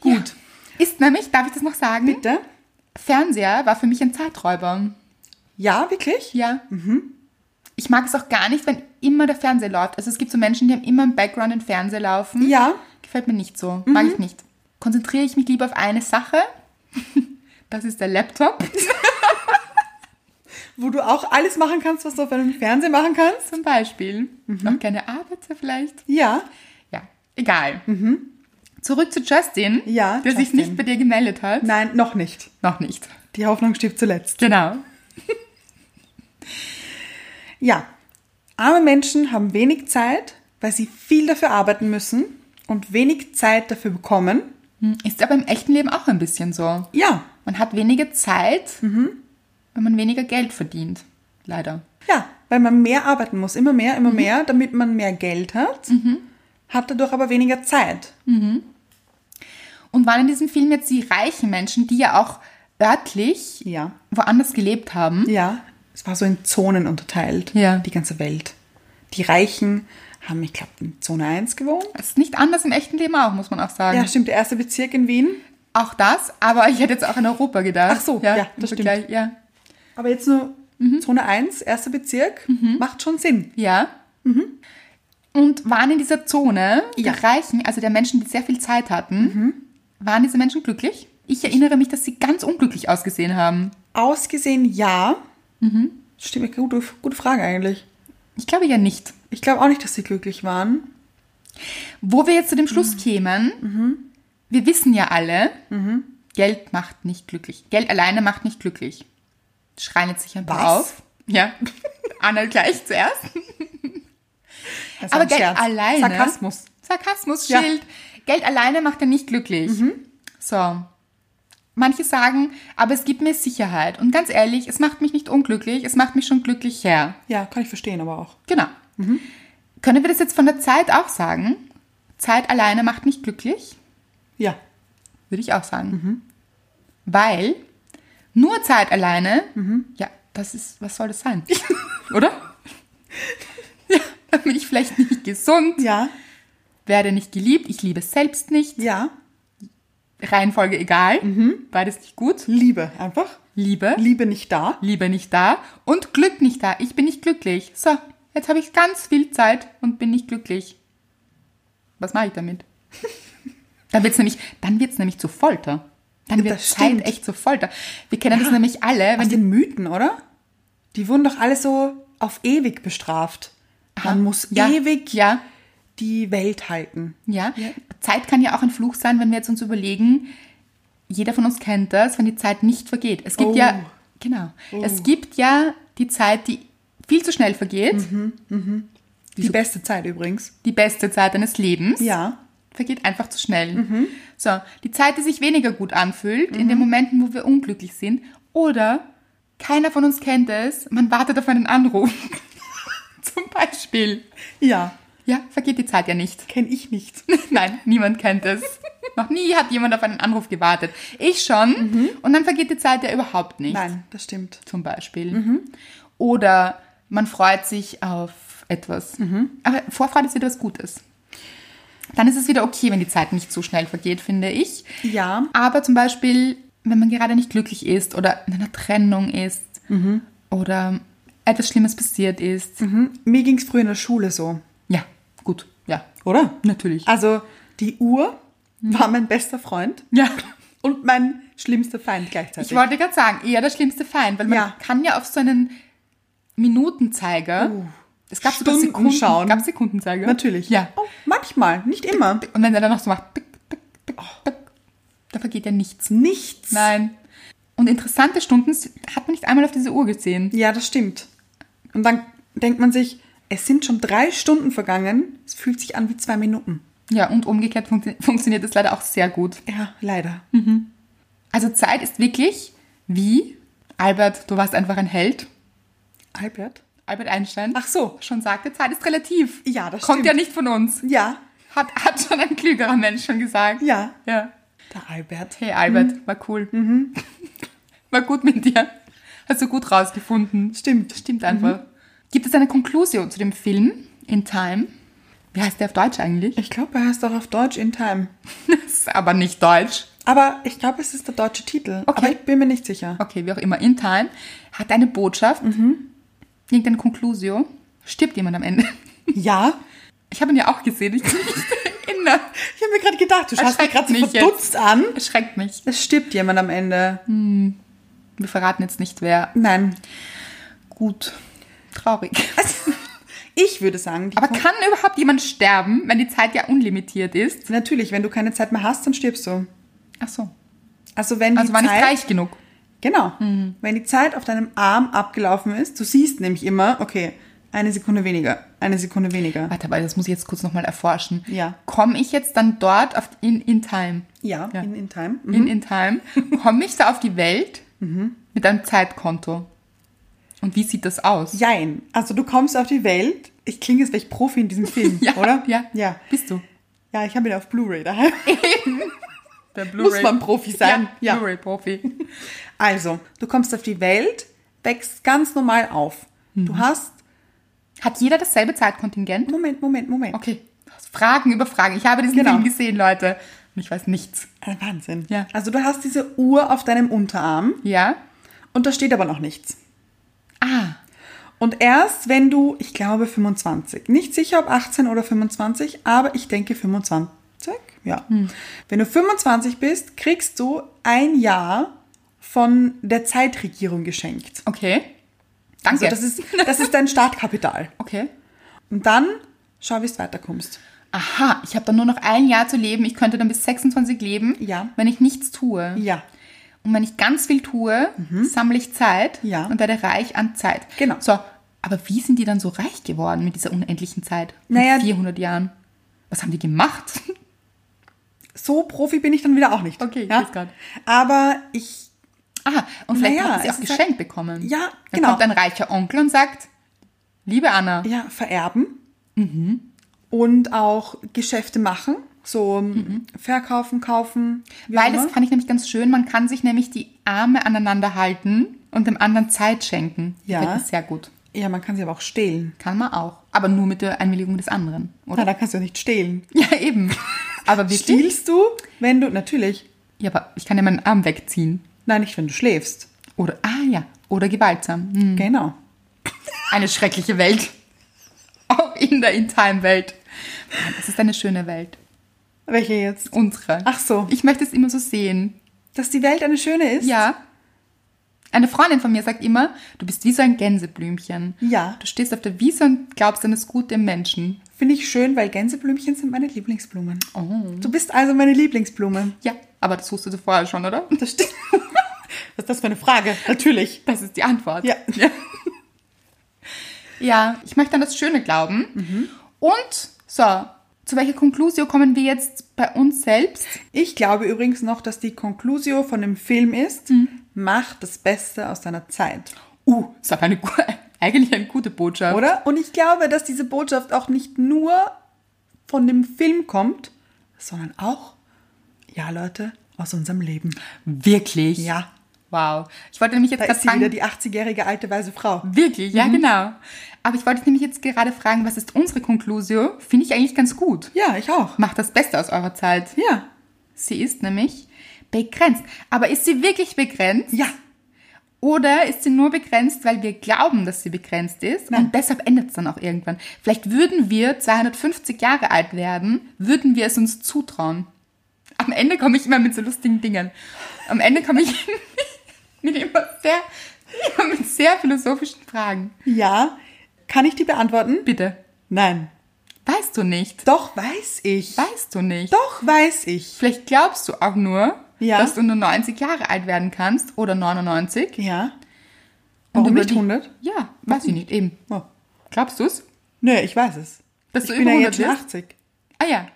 [SPEAKER 2] Gut. Ist nämlich, darf ich das noch sagen?
[SPEAKER 1] Bitte?
[SPEAKER 2] Fernseher war für mich ein Zeiträuber.
[SPEAKER 1] Ja, wirklich?
[SPEAKER 2] Ja.
[SPEAKER 1] Mhm.
[SPEAKER 2] Ich mag es auch gar nicht, wenn immer der Fernseher läuft. Also es gibt so Menschen, die haben immer im Background den Fernseher laufen.
[SPEAKER 1] Ja. Mhm.
[SPEAKER 2] Gefällt mir nicht so. Mag ich nicht. Konzentriere ich mich lieber auf eine Sache. Das ist der Laptop
[SPEAKER 1] Wo du auch alles machen kannst, was du auf einem Fernseher machen kannst?
[SPEAKER 2] zum Beispiel.
[SPEAKER 1] Mhm.
[SPEAKER 2] Auch gerne Arbeiter vielleicht.
[SPEAKER 1] Ja.
[SPEAKER 2] Ja, egal. Zurück zu Justin,
[SPEAKER 1] Mhm. Ja,
[SPEAKER 2] der sich
[SPEAKER 1] Justin.
[SPEAKER 2] nicht bei dir gemeldet hat.
[SPEAKER 1] Nein, noch nicht.
[SPEAKER 2] Noch nicht.
[SPEAKER 1] Die Hoffnung stirbt zuletzt.
[SPEAKER 2] Genau.
[SPEAKER 1] Ja. Arme Menschen haben wenig Zeit, weil sie viel dafür arbeiten müssen und wenig Zeit dafür bekommen.
[SPEAKER 2] Hm, Ist aber im echten Leben auch ein bisschen so.
[SPEAKER 1] Ja.
[SPEAKER 2] Man hat weniger Zeit,
[SPEAKER 1] Mhm.
[SPEAKER 2] wenn man weniger Geld verdient. Leider.
[SPEAKER 1] Ja, weil man mehr arbeiten muss, immer mehr, immer mehr, damit man mehr Geld hat, hat dadurch aber weniger Zeit.
[SPEAKER 2] Und waren in diesem Film jetzt die reichen Menschen, die ja auch örtlich
[SPEAKER 1] Ja.
[SPEAKER 2] woanders gelebt haben?
[SPEAKER 1] Ja, es war so in Zonen unterteilt,
[SPEAKER 2] Ja.
[SPEAKER 1] die ganze Welt. Die Reichen haben, ich glaube, in Zone 1 gewohnt.
[SPEAKER 2] Das ist nicht anders im echten Leben auch, muss man auch sagen.
[SPEAKER 1] Ja, stimmt, der erste Bezirk in Wien.
[SPEAKER 2] Auch das, aber ich hätte jetzt auch in Europa gedacht.
[SPEAKER 1] Ach so, ja,
[SPEAKER 2] im
[SPEAKER 1] das stimmt.
[SPEAKER 2] Vergleich, Ja,
[SPEAKER 1] Aber jetzt nur
[SPEAKER 2] Mhm.
[SPEAKER 1] Zone 1, erster Bezirk, macht schon Sinn.
[SPEAKER 2] ja. Und waren in dieser Zone
[SPEAKER 1] Mhm. Ja. Mhm.
[SPEAKER 2] der Reichen, also der Menschen, die sehr viel Zeit hatten, waren diese Menschen glücklich? Ich erinnere mich, dass sie ganz unglücklich ausgesehen haben.
[SPEAKER 1] Ausgesehen ja.
[SPEAKER 2] Mhm.
[SPEAKER 1] Stimmt, gute, gute Frage eigentlich.
[SPEAKER 2] Ich glaube ja nicht.
[SPEAKER 1] Ich glaube auch nicht, dass sie glücklich waren.
[SPEAKER 2] Wo wir jetzt zu dem Schluss kämen, wir wissen ja alle, Geld macht nicht glücklich. Geld alleine macht nicht glücklich. Schreien jetzt sich ein
[SPEAKER 1] Was?
[SPEAKER 2] paar auf. Ja, Anna gleich zuerst.
[SPEAKER 1] Das war
[SPEAKER 2] Aber
[SPEAKER 1] ein
[SPEAKER 2] Geld
[SPEAKER 1] Scherz.
[SPEAKER 2] alleine.
[SPEAKER 1] Sarkasmus.
[SPEAKER 2] Sarkasmusschild. Geld alleine macht ja nicht glücklich. So. Manche sagen, aber es gibt mir Sicherheit. Und ganz ehrlich, es macht mich nicht unglücklich, es macht mich schon glücklich her.
[SPEAKER 1] Ja, kann ich verstehen, aber auch.
[SPEAKER 2] Genau. Können wir das jetzt von der Zeit auch sagen? Zeit alleine macht nicht glücklich?
[SPEAKER 1] Ja.
[SPEAKER 2] Würde ich auch sagen. Weil nur Zeit alleine, ja, das ist, was soll das sein? Oder? ja, dann bin ich vielleicht nicht gesund,
[SPEAKER 1] Ja.
[SPEAKER 2] werde nicht geliebt, ich liebe es selbst nicht,
[SPEAKER 1] Ja.
[SPEAKER 2] Reihenfolge egal, beides nicht gut,
[SPEAKER 1] Liebe einfach.
[SPEAKER 2] Liebe,
[SPEAKER 1] Liebe nicht da.
[SPEAKER 2] Liebe nicht da und Glück nicht da, ich bin nicht glücklich. So, jetzt habe ich ganz viel Zeit und bin nicht glücklich. Was mache ich damit? Dann wird's nämlich, dann wird's nämlich zu Folter. Dann wird
[SPEAKER 1] Das
[SPEAKER 2] Zeit
[SPEAKER 1] stimmt.
[SPEAKER 2] echt zu Folter. Wir kennen das nämlich alle, wenn
[SPEAKER 1] Aus
[SPEAKER 2] die
[SPEAKER 1] den Mythen, oder? Die wurden doch alle so auf ewig bestraft. Man muss
[SPEAKER 2] ja,
[SPEAKER 1] ewig
[SPEAKER 2] Ja,
[SPEAKER 1] die Welt halten.
[SPEAKER 2] ja. Zeit kann ja auch ein Fluch sein, wenn wir jetzt uns überlegen, jeder von uns kennt das, wenn die Zeit nicht vergeht. Es gibt
[SPEAKER 1] Oh.
[SPEAKER 2] ja, genau, es gibt ja die Zeit, die viel zu schnell vergeht.
[SPEAKER 1] Mhm. Die beste Zeit übrigens.
[SPEAKER 2] Die beste Zeit deines Lebens
[SPEAKER 1] Ja.
[SPEAKER 2] vergeht einfach zu schnell.
[SPEAKER 1] Mhm.
[SPEAKER 2] So, die Zeit, die sich weniger gut anfühlt, in den Momenten, wo wir unglücklich sind, oder keiner von uns kennt es, man wartet auf einen Anruf. Zum Beispiel.
[SPEAKER 1] Ja.
[SPEAKER 2] Ja, vergeht die Zeit ja nicht.
[SPEAKER 1] Kenne ich nicht.
[SPEAKER 2] Nein, niemand kennt es. Noch nie hat jemand auf einen Anruf gewartet. Ich schon. Und dann vergeht die Zeit ja überhaupt nicht.
[SPEAKER 1] Mhm. Nein, das stimmt.
[SPEAKER 2] Zum Beispiel.
[SPEAKER 1] Mhm.
[SPEAKER 2] Oder man freut sich auf etwas.
[SPEAKER 1] Mhm.
[SPEAKER 2] Aber Vorfreude ist wieder was Gutes. Dann ist es wieder okay, wenn die Zeit nicht so schnell vergeht, finde ich.
[SPEAKER 1] Ja.
[SPEAKER 2] Aber zum Beispiel, wenn man gerade nicht glücklich ist oder in einer Trennung ist
[SPEAKER 1] Mhm.
[SPEAKER 2] oder etwas Schlimmes passiert ist.
[SPEAKER 1] Mir ging es früher in der Schule so,
[SPEAKER 2] Ja, gut. Ja,
[SPEAKER 1] oder?
[SPEAKER 2] natürlich. Mhm.
[SPEAKER 1] Also die Uhr war mein bester Freund
[SPEAKER 2] Ja.
[SPEAKER 1] und mein schlimmster Feind gleichzeitig.
[SPEAKER 2] Ich wollte gerade sagen, eher der schlimmste Feind, weil man
[SPEAKER 1] Ja.
[SPEAKER 2] kann ja auf so einen Minutenzeiger. es gab sogar
[SPEAKER 1] Uh, Stunden
[SPEAKER 2] Sekunden,
[SPEAKER 1] schauen.
[SPEAKER 2] Gab Sekundenzeiger?
[SPEAKER 1] Natürlich.
[SPEAKER 2] Ja.
[SPEAKER 1] Oh, manchmal, nicht immer.
[SPEAKER 2] Und wenn er dann noch so macht, tick, tick, tick,
[SPEAKER 1] Oh.
[SPEAKER 2] tick, da vergeht ja nichts.
[SPEAKER 1] Nichts.
[SPEAKER 2] Nein. Und interessante Stunden hat man nicht einmal auf diese Uhr gesehen.
[SPEAKER 1] Ja, das stimmt. Und dann denkt man sich, es sind schon drei Stunden vergangen. Es fühlt sich an wie zwei Minuten.
[SPEAKER 2] Ja, und umgekehrt funktio- funktioniert das leider auch sehr gut.
[SPEAKER 1] Ja, leider.
[SPEAKER 2] Also Zeit ist wirklich wie, Albert, du warst einfach ein Held.
[SPEAKER 1] Albert?
[SPEAKER 2] Albert Einstein.
[SPEAKER 1] Ach so.
[SPEAKER 2] Schon sagte, Zeit ist relativ.
[SPEAKER 1] Ja, das
[SPEAKER 2] Kommt
[SPEAKER 1] stimmt.
[SPEAKER 2] ja nicht von uns.
[SPEAKER 1] Ja,
[SPEAKER 2] Hat, hat schon ein klügerer Mensch schon gesagt.
[SPEAKER 1] ja. Mhm.
[SPEAKER 2] Ja.
[SPEAKER 1] Der Albert.
[SPEAKER 2] Hey Albert, war cool. War gut mit dir. Hast du gut rausgefunden.
[SPEAKER 1] Stimmt. Mhm.
[SPEAKER 2] Stimmt einfach. Gibt es eine Konklusio zu dem Film In Time? Wie heißt der auf Deutsch eigentlich?
[SPEAKER 1] Ich glaube, er heißt auch auf Deutsch In Time.
[SPEAKER 2] Das ist aber nicht Deutsch.
[SPEAKER 1] Aber ich glaube, es ist der deutsche Titel.
[SPEAKER 2] Okay.
[SPEAKER 1] Aber ich bin mir nicht sicher.
[SPEAKER 2] Okay, wie auch immer. In Time hat eine Botschaft.
[SPEAKER 1] Mhm.
[SPEAKER 2] Irgendeine Konklusio. Stirbt jemand am Ende?
[SPEAKER 1] Ja?
[SPEAKER 2] Ich habe ihn ja auch gesehen. Ich kann mich nicht erinnern.
[SPEAKER 1] Ich habe mir gerade gedacht, du schaust mich
[SPEAKER 2] Erschreckt
[SPEAKER 1] gerade so
[SPEAKER 2] mich
[SPEAKER 1] verdutzt an.
[SPEAKER 2] Erschreckt mich.
[SPEAKER 1] Es stirbt jemand am Ende.
[SPEAKER 2] Wir verraten jetzt nicht, wer.
[SPEAKER 1] Nein.
[SPEAKER 2] Gut. Traurig.
[SPEAKER 1] Ich würde sagen, die
[SPEAKER 2] Aber kann überhaupt jemand sterben, wenn die Zeit ja unlimitiert ist?
[SPEAKER 1] natürlich, wenn du keine Zeit mehr hast, dann stirbst du.
[SPEAKER 2] Ach so.
[SPEAKER 1] Also wenn die
[SPEAKER 2] Also war nicht
[SPEAKER 1] Zeit,
[SPEAKER 2] reich genug.
[SPEAKER 1] genau,
[SPEAKER 2] Mhm.
[SPEAKER 1] wenn die Zeit auf deinem Arm abgelaufen ist, du siehst nämlich immer, okay, eine Sekunde weniger, eine Sekunde weniger.
[SPEAKER 2] Warte, aber das muss ich jetzt kurz nochmal erforschen.
[SPEAKER 1] Ja.
[SPEAKER 2] Komme ich jetzt dann dort auf in, in Time?
[SPEAKER 1] Ja, In, in Time. Mhm.
[SPEAKER 2] In, in Time. Komme ich da auf die Welt mit einem Zeitkonto? Und wie sieht das aus?
[SPEAKER 1] Jein. Also du kommst auf die Welt. Ich klinge jetzt wie Profi in diesem Film, oder?
[SPEAKER 2] Ja.
[SPEAKER 1] Ja.
[SPEAKER 2] Bist du?
[SPEAKER 1] Ja, ich habe ihn auf Blu-ray daheim.
[SPEAKER 2] Der
[SPEAKER 1] Muss man Profi sein. Ja.
[SPEAKER 2] Ja, Blu-ray-Profi.
[SPEAKER 1] Also, du kommst auf die Welt, wächst ganz normal auf.
[SPEAKER 2] Mhm.
[SPEAKER 1] Du hast
[SPEAKER 2] Hat jeder dasselbe Zeitkontingent?
[SPEAKER 1] Moment, Moment, Moment.
[SPEAKER 2] Okay. Fragen über Fragen. Ich habe diesen
[SPEAKER 1] Genau.
[SPEAKER 2] Film gesehen, Leute. Und ich weiß nichts.
[SPEAKER 1] Äh, Wahnsinn.
[SPEAKER 2] Ja.
[SPEAKER 1] Also du hast diese Uhr auf deinem Unterarm
[SPEAKER 2] Ja?
[SPEAKER 1] und da steht aber noch nichts.
[SPEAKER 2] Ah.
[SPEAKER 1] Und erst wenn du, ich glaube 25, nicht sicher ob 18 oder 25, aber ich denke 25, ja.
[SPEAKER 2] Hm.
[SPEAKER 1] Wenn du 25 bist, kriegst du ein Jahr von der Zeitregierung geschenkt.
[SPEAKER 2] Okay.
[SPEAKER 1] Also
[SPEAKER 2] Danke.
[SPEAKER 1] das ist, das ist dein Startkapital.
[SPEAKER 2] okay.
[SPEAKER 1] Und dann schau, wie es weiterkommst.
[SPEAKER 2] Aha, ich habe dann nur noch ein Jahr zu leben. Ich könnte dann bis 26 leben,
[SPEAKER 1] Ja.
[SPEAKER 2] wenn ich nichts tue.
[SPEAKER 1] Ja. Mhm.
[SPEAKER 2] Und wenn ich ganz viel tue, sammle ich Zeit
[SPEAKER 1] Ja.
[SPEAKER 2] und werde reich an Zeit.
[SPEAKER 1] Genau.
[SPEAKER 2] So, Aber wie sind die dann so reich geworden mit dieser unendlichen Zeit? Mit
[SPEAKER 1] Naja-
[SPEAKER 2] 400 Jahren. Was haben die gemacht?
[SPEAKER 1] So Profi bin ich dann wieder auch nicht.
[SPEAKER 2] Okay, ich weiß grad.
[SPEAKER 1] Aber ich
[SPEAKER 2] Ah, und vielleicht
[SPEAKER 1] Naja,
[SPEAKER 2] haben sie
[SPEAKER 1] es
[SPEAKER 2] auch
[SPEAKER 1] ist
[SPEAKER 2] geschenkt
[SPEAKER 1] halt-
[SPEAKER 2] bekommen.
[SPEAKER 1] Ja,
[SPEAKER 2] dann
[SPEAKER 1] genau.
[SPEAKER 2] kommt ein reicher Onkel und sagt, liebe Anna,
[SPEAKER 1] ja, vererben
[SPEAKER 2] Mhm.
[SPEAKER 1] und auch Geschäfte machen, so verkaufen, kaufen. wie
[SPEAKER 2] Mhm. weil
[SPEAKER 1] auch
[SPEAKER 2] das
[SPEAKER 1] immer.
[SPEAKER 2] fand ich nämlich ganz schön, man kann sich nämlich die Arme aneinander halten und dem anderen Zeit schenken.
[SPEAKER 1] Ja.
[SPEAKER 2] Gefällt mir sehr gut.
[SPEAKER 1] ja, man kann sie aber auch stehlen.
[SPEAKER 2] Kann man auch. Aber nur mit der Einwilligung des anderen,
[SPEAKER 1] Na,
[SPEAKER 2] oder?
[SPEAKER 1] da kannst du ja nicht stehlen.
[SPEAKER 2] Ja, eben. Aber wirklich?
[SPEAKER 1] Stiehlst du, wenn du, natürlich,
[SPEAKER 2] Ja, aber ich kann ja meinen Arm wegziehen.
[SPEAKER 1] nein, nicht, wenn du schläfst.
[SPEAKER 2] Oder, ah ja, oder gewaltsam. Hm.
[SPEAKER 1] Genau.
[SPEAKER 2] Eine schreckliche Welt. Auch in der In-Time-Welt. Nein, Es ist eine schöne Welt.
[SPEAKER 1] Welche jetzt?
[SPEAKER 2] Unsere.
[SPEAKER 1] Ach so.
[SPEAKER 2] Ich möchte es immer so sehen.
[SPEAKER 1] Dass die Welt eine schöne ist?
[SPEAKER 2] Ja. Eine Freundin von mir sagt immer, du bist wie so ein Gänseblümchen.
[SPEAKER 1] Ja.
[SPEAKER 2] Du stehst auf der Wiese und glaubst an das Gute im Menschen.
[SPEAKER 1] Finde ich schön, weil Gänseblümchen sind meine Lieblingsblumen. Du bist also meine Lieblingsblume.
[SPEAKER 2] Ja, aber das wusstest du vorher schon, oder?
[SPEAKER 1] Das stimmt. Was ist das für eine Frage? Natürlich.
[SPEAKER 2] Das ist die Antwort.
[SPEAKER 1] Ja.
[SPEAKER 2] Ja, ich möchte an das Schöne glauben.
[SPEAKER 1] Mhm.
[SPEAKER 2] Und, so, zu welcher Konklusio kommen wir jetzt bei uns selbst?
[SPEAKER 1] Ich glaube übrigens noch, dass die Conclusio von dem Film ist, mach das Beste aus deiner Zeit.
[SPEAKER 2] Uh, das war eine, gu- eigentlich eine gute Botschaft.
[SPEAKER 1] Oder? Und ich glaube, dass diese Botschaft auch nicht nur von dem Film kommt, sondern auch, ja Leute, aus unserem Leben.
[SPEAKER 2] Wirklich?
[SPEAKER 1] Ja.
[SPEAKER 2] Wow. Ich wollte nämlich jetzt
[SPEAKER 1] Da
[SPEAKER 2] gerade
[SPEAKER 1] ist sie wieder, Mhm.
[SPEAKER 2] fragen.
[SPEAKER 1] die 80-jährige alte weise Frau.
[SPEAKER 2] Wirklich, ja, genau. Aber ich wollte nämlich jetzt gerade fragen, was ist unsere Konklusio? Finde ich eigentlich ganz gut.
[SPEAKER 1] Ja, ich auch.
[SPEAKER 2] Macht das Beste aus eurer Zeit.
[SPEAKER 1] Ja.
[SPEAKER 2] Sie ist nämlich begrenzt. Aber ist sie wirklich begrenzt?
[SPEAKER 1] Ja.
[SPEAKER 2] Oder ist sie nur begrenzt, weil wir glauben, dass sie begrenzt ist? Und deshalb endet es dann auch irgendwann. Vielleicht würden wir 250 Jahre alt werden, würden wir es uns zutrauen. Am Ende komme ich immer mit so lustigen Dingen. Am Ende komme ich mit immer sehr, immer mit sehr philosophischen Fragen.
[SPEAKER 1] Ja. Kann ich die beantworten?
[SPEAKER 2] Bitte.
[SPEAKER 1] Nein.
[SPEAKER 2] Weißt du nicht?
[SPEAKER 1] Doch weiß ich.
[SPEAKER 2] Weißt du nicht?
[SPEAKER 1] Doch weiß ich.
[SPEAKER 2] Vielleicht glaubst du auch nur,
[SPEAKER 1] Ja.
[SPEAKER 2] dass du nur 90 Jahre alt werden kannst oder 99.
[SPEAKER 1] Ja. Warum
[SPEAKER 2] über
[SPEAKER 1] nicht
[SPEAKER 2] die-
[SPEAKER 1] 100?
[SPEAKER 2] Ja, weiß ich nicht, eben.
[SPEAKER 1] Oh.
[SPEAKER 2] Glaubst du es?
[SPEAKER 1] Nö, ich weiß es.
[SPEAKER 2] Dass du
[SPEAKER 1] ich bin
[SPEAKER 2] über
[SPEAKER 1] ja
[SPEAKER 2] 100
[SPEAKER 1] jetzt schon
[SPEAKER 2] bist?
[SPEAKER 1] 80.
[SPEAKER 2] Ah ja.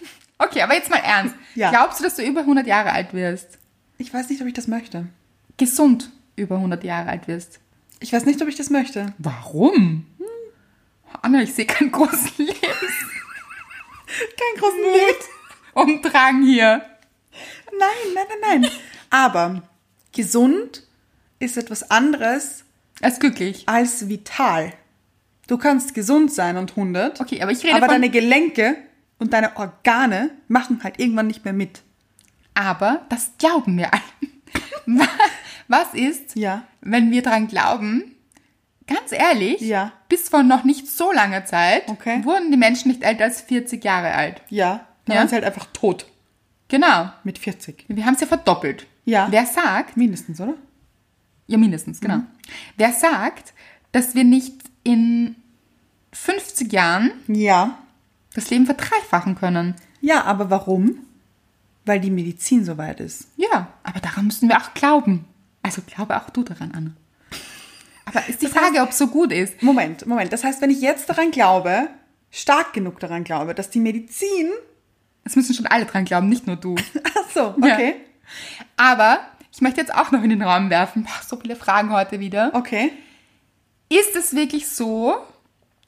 [SPEAKER 2] Okay, aber jetzt mal ernst.
[SPEAKER 1] Ja.
[SPEAKER 2] Glaubst du, dass du über 100 Jahre alt wirst?
[SPEAKER 1] Ich weiß nicht, ob ich das möchte.
[SPEAKER 2] Gesund über 100 Jahre alt wirst.
[SPEAKER 1] Ich weiß nicht, ob ich das möchte.
[SPEAKER 2] Warum? Hm. Anna, ich sehe keinen großen
[SPEAKER 1] Kein großen Mut.
[SPEAKER 2] Lebensumdrang hier.
[SPEAKER 1] Nein, nein, nein, nein. Aber gesund ist etwas anderes
[SPEAKER 2] Er ist glücklich.
[SPEAKER 1] als vital. Du kannst gesund sein und 100.
[SPEAKER 2] Okay, aber ich rede
[SPEAKER 1] Aber
[SPEAKER 2] von-
[SPEAKER 1] deine Gelenke und deine Organe machen halt irgendwann nicht mehr mit.
[SPEAKER 2] Aber das glauben wir alle. Was ist,
[SPEAKER 1] Ja.
[SPEAKER 2] wenn wir dran glauben? Ganz ehrlich,
[SPEAKER 1] Ja.
[SPEAKER 2] bis vor noch nicht so langer Zeit
[SPEAKER 1] Okay.
[SPEAKER 2] wurden die Menschen nicht älter als 40 Jahre alt.
[SPEAKER 1] Ja. Dann
[SPEAKER 2] Ja.
[SPEAKER 1] waren sie halt einfach tot
[SPEAKER 2] Genau.
[SPEAKER 1] mit 40.
[SPEAKER 2] Wir haben es ja verdoppelt.
[SPEAKER 1] Ja. Mhm.
[SPEAKER 2] Wer sagt,
[SPEAKER 1] Mindestens, oder?
[SPEAKER 2] Ja, mindestens, genau. Wer sagt, dass wir nicht in 50 Jahren
[SPEAKER 1] Ja.
[SPEAKER 2] das Leben verdreifachen können?
[SPEAKER 1] Ja, aber warum? Weil die Medizin so weit ist.
[SPEAKER 2] Ja, aber daran müssen wir auch glauben. Also glaube auch du daran, Anna. Aber ist die Frage, ob es so gut ist.
[SPEAKER 1] Moment, Moment. Das heißt, wenn ich jetzt daran glaube, stark genug daran glaube, dass die Medizin.
[SPEAKER 2] Es müssen schon alle dran glauben, nicht nur du.
[SPEAKER 1] Ach so, okay.
[SPEAKER 2] Aber ich möchte jetzt auch noch in den Raum werfen. Boah, so viele Fragen heute wieder.
[SPEAKER 1] Okay.
[SPEAKER 2] Ist es wirklich so,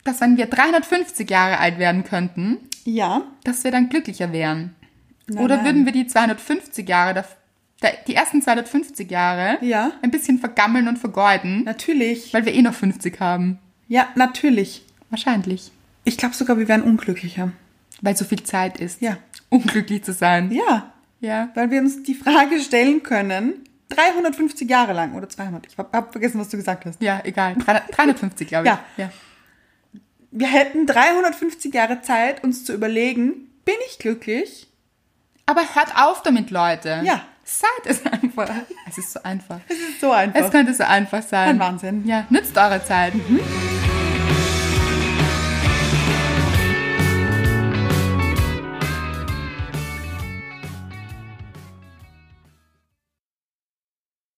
[SPEAKER 2] dass wenn wir 350 Jahre alt werden könnten,
[SPEAKER 1] Ja.
[SPEAKER 2] dass wir dann glücklicher wären.
[SPEAKER 1] Nein,
[SPEAKER 2] Oder
[SPEAKER 1] nein.
[SPEAKER 2] würden wir die 250 Jahre, da- da- die ersten 250 Jahre
[SPEAKER 1] Ja.
[SPEAKER 2] ein bisschen vergammeln und vergeuden,
[SPEAKER 1] Natürlich.
[SPEAKER 2] weil wir eh noch 50 haben?
[SPEAKER 1] Ja, natürlich.
[SPEAKER 2] Wahrscheinlich.
[SPEAKER 1] Ich glaube sogar, wir wären unglücklicher.
[SPEAKER 2] Weil so viel Zeit ist,
[SPEAKER 1] Ja.
[SPEAKER 2] unglücklich zu sein.
[SPEAKER 1] Ja,
[SPEAKER 2] Ja.
[SPEAKER 1] weil wir uns die Frage stellen können, 350 Jahre lang oder 200, ich habe vergessen, was du gesagt hast.
[SPEAKER 2] Ja, egal. 300 350, glaube ich.
[SPEAKER 1] Ja.
[SPEAKER 2] ja.
[SPEAKER 1] Wir hätten 350 Jahre Zeit, uns zu überlegen, bin ich glücklich?
[SPEAKER 2] Aber hört auf damit, Leute.
[SPEAKER 1] Ja.
[SPEAKER 2] Seid es einfach. Es ist so einfach.
[SPEAKER 1] Das ist so einfach.
[SPEAKER 2] Es könnte so einfach sein.
[SPEAKER 1] Ein Wahnsinn.
[SPEAKER 2] Ja, nützt eure Zeit.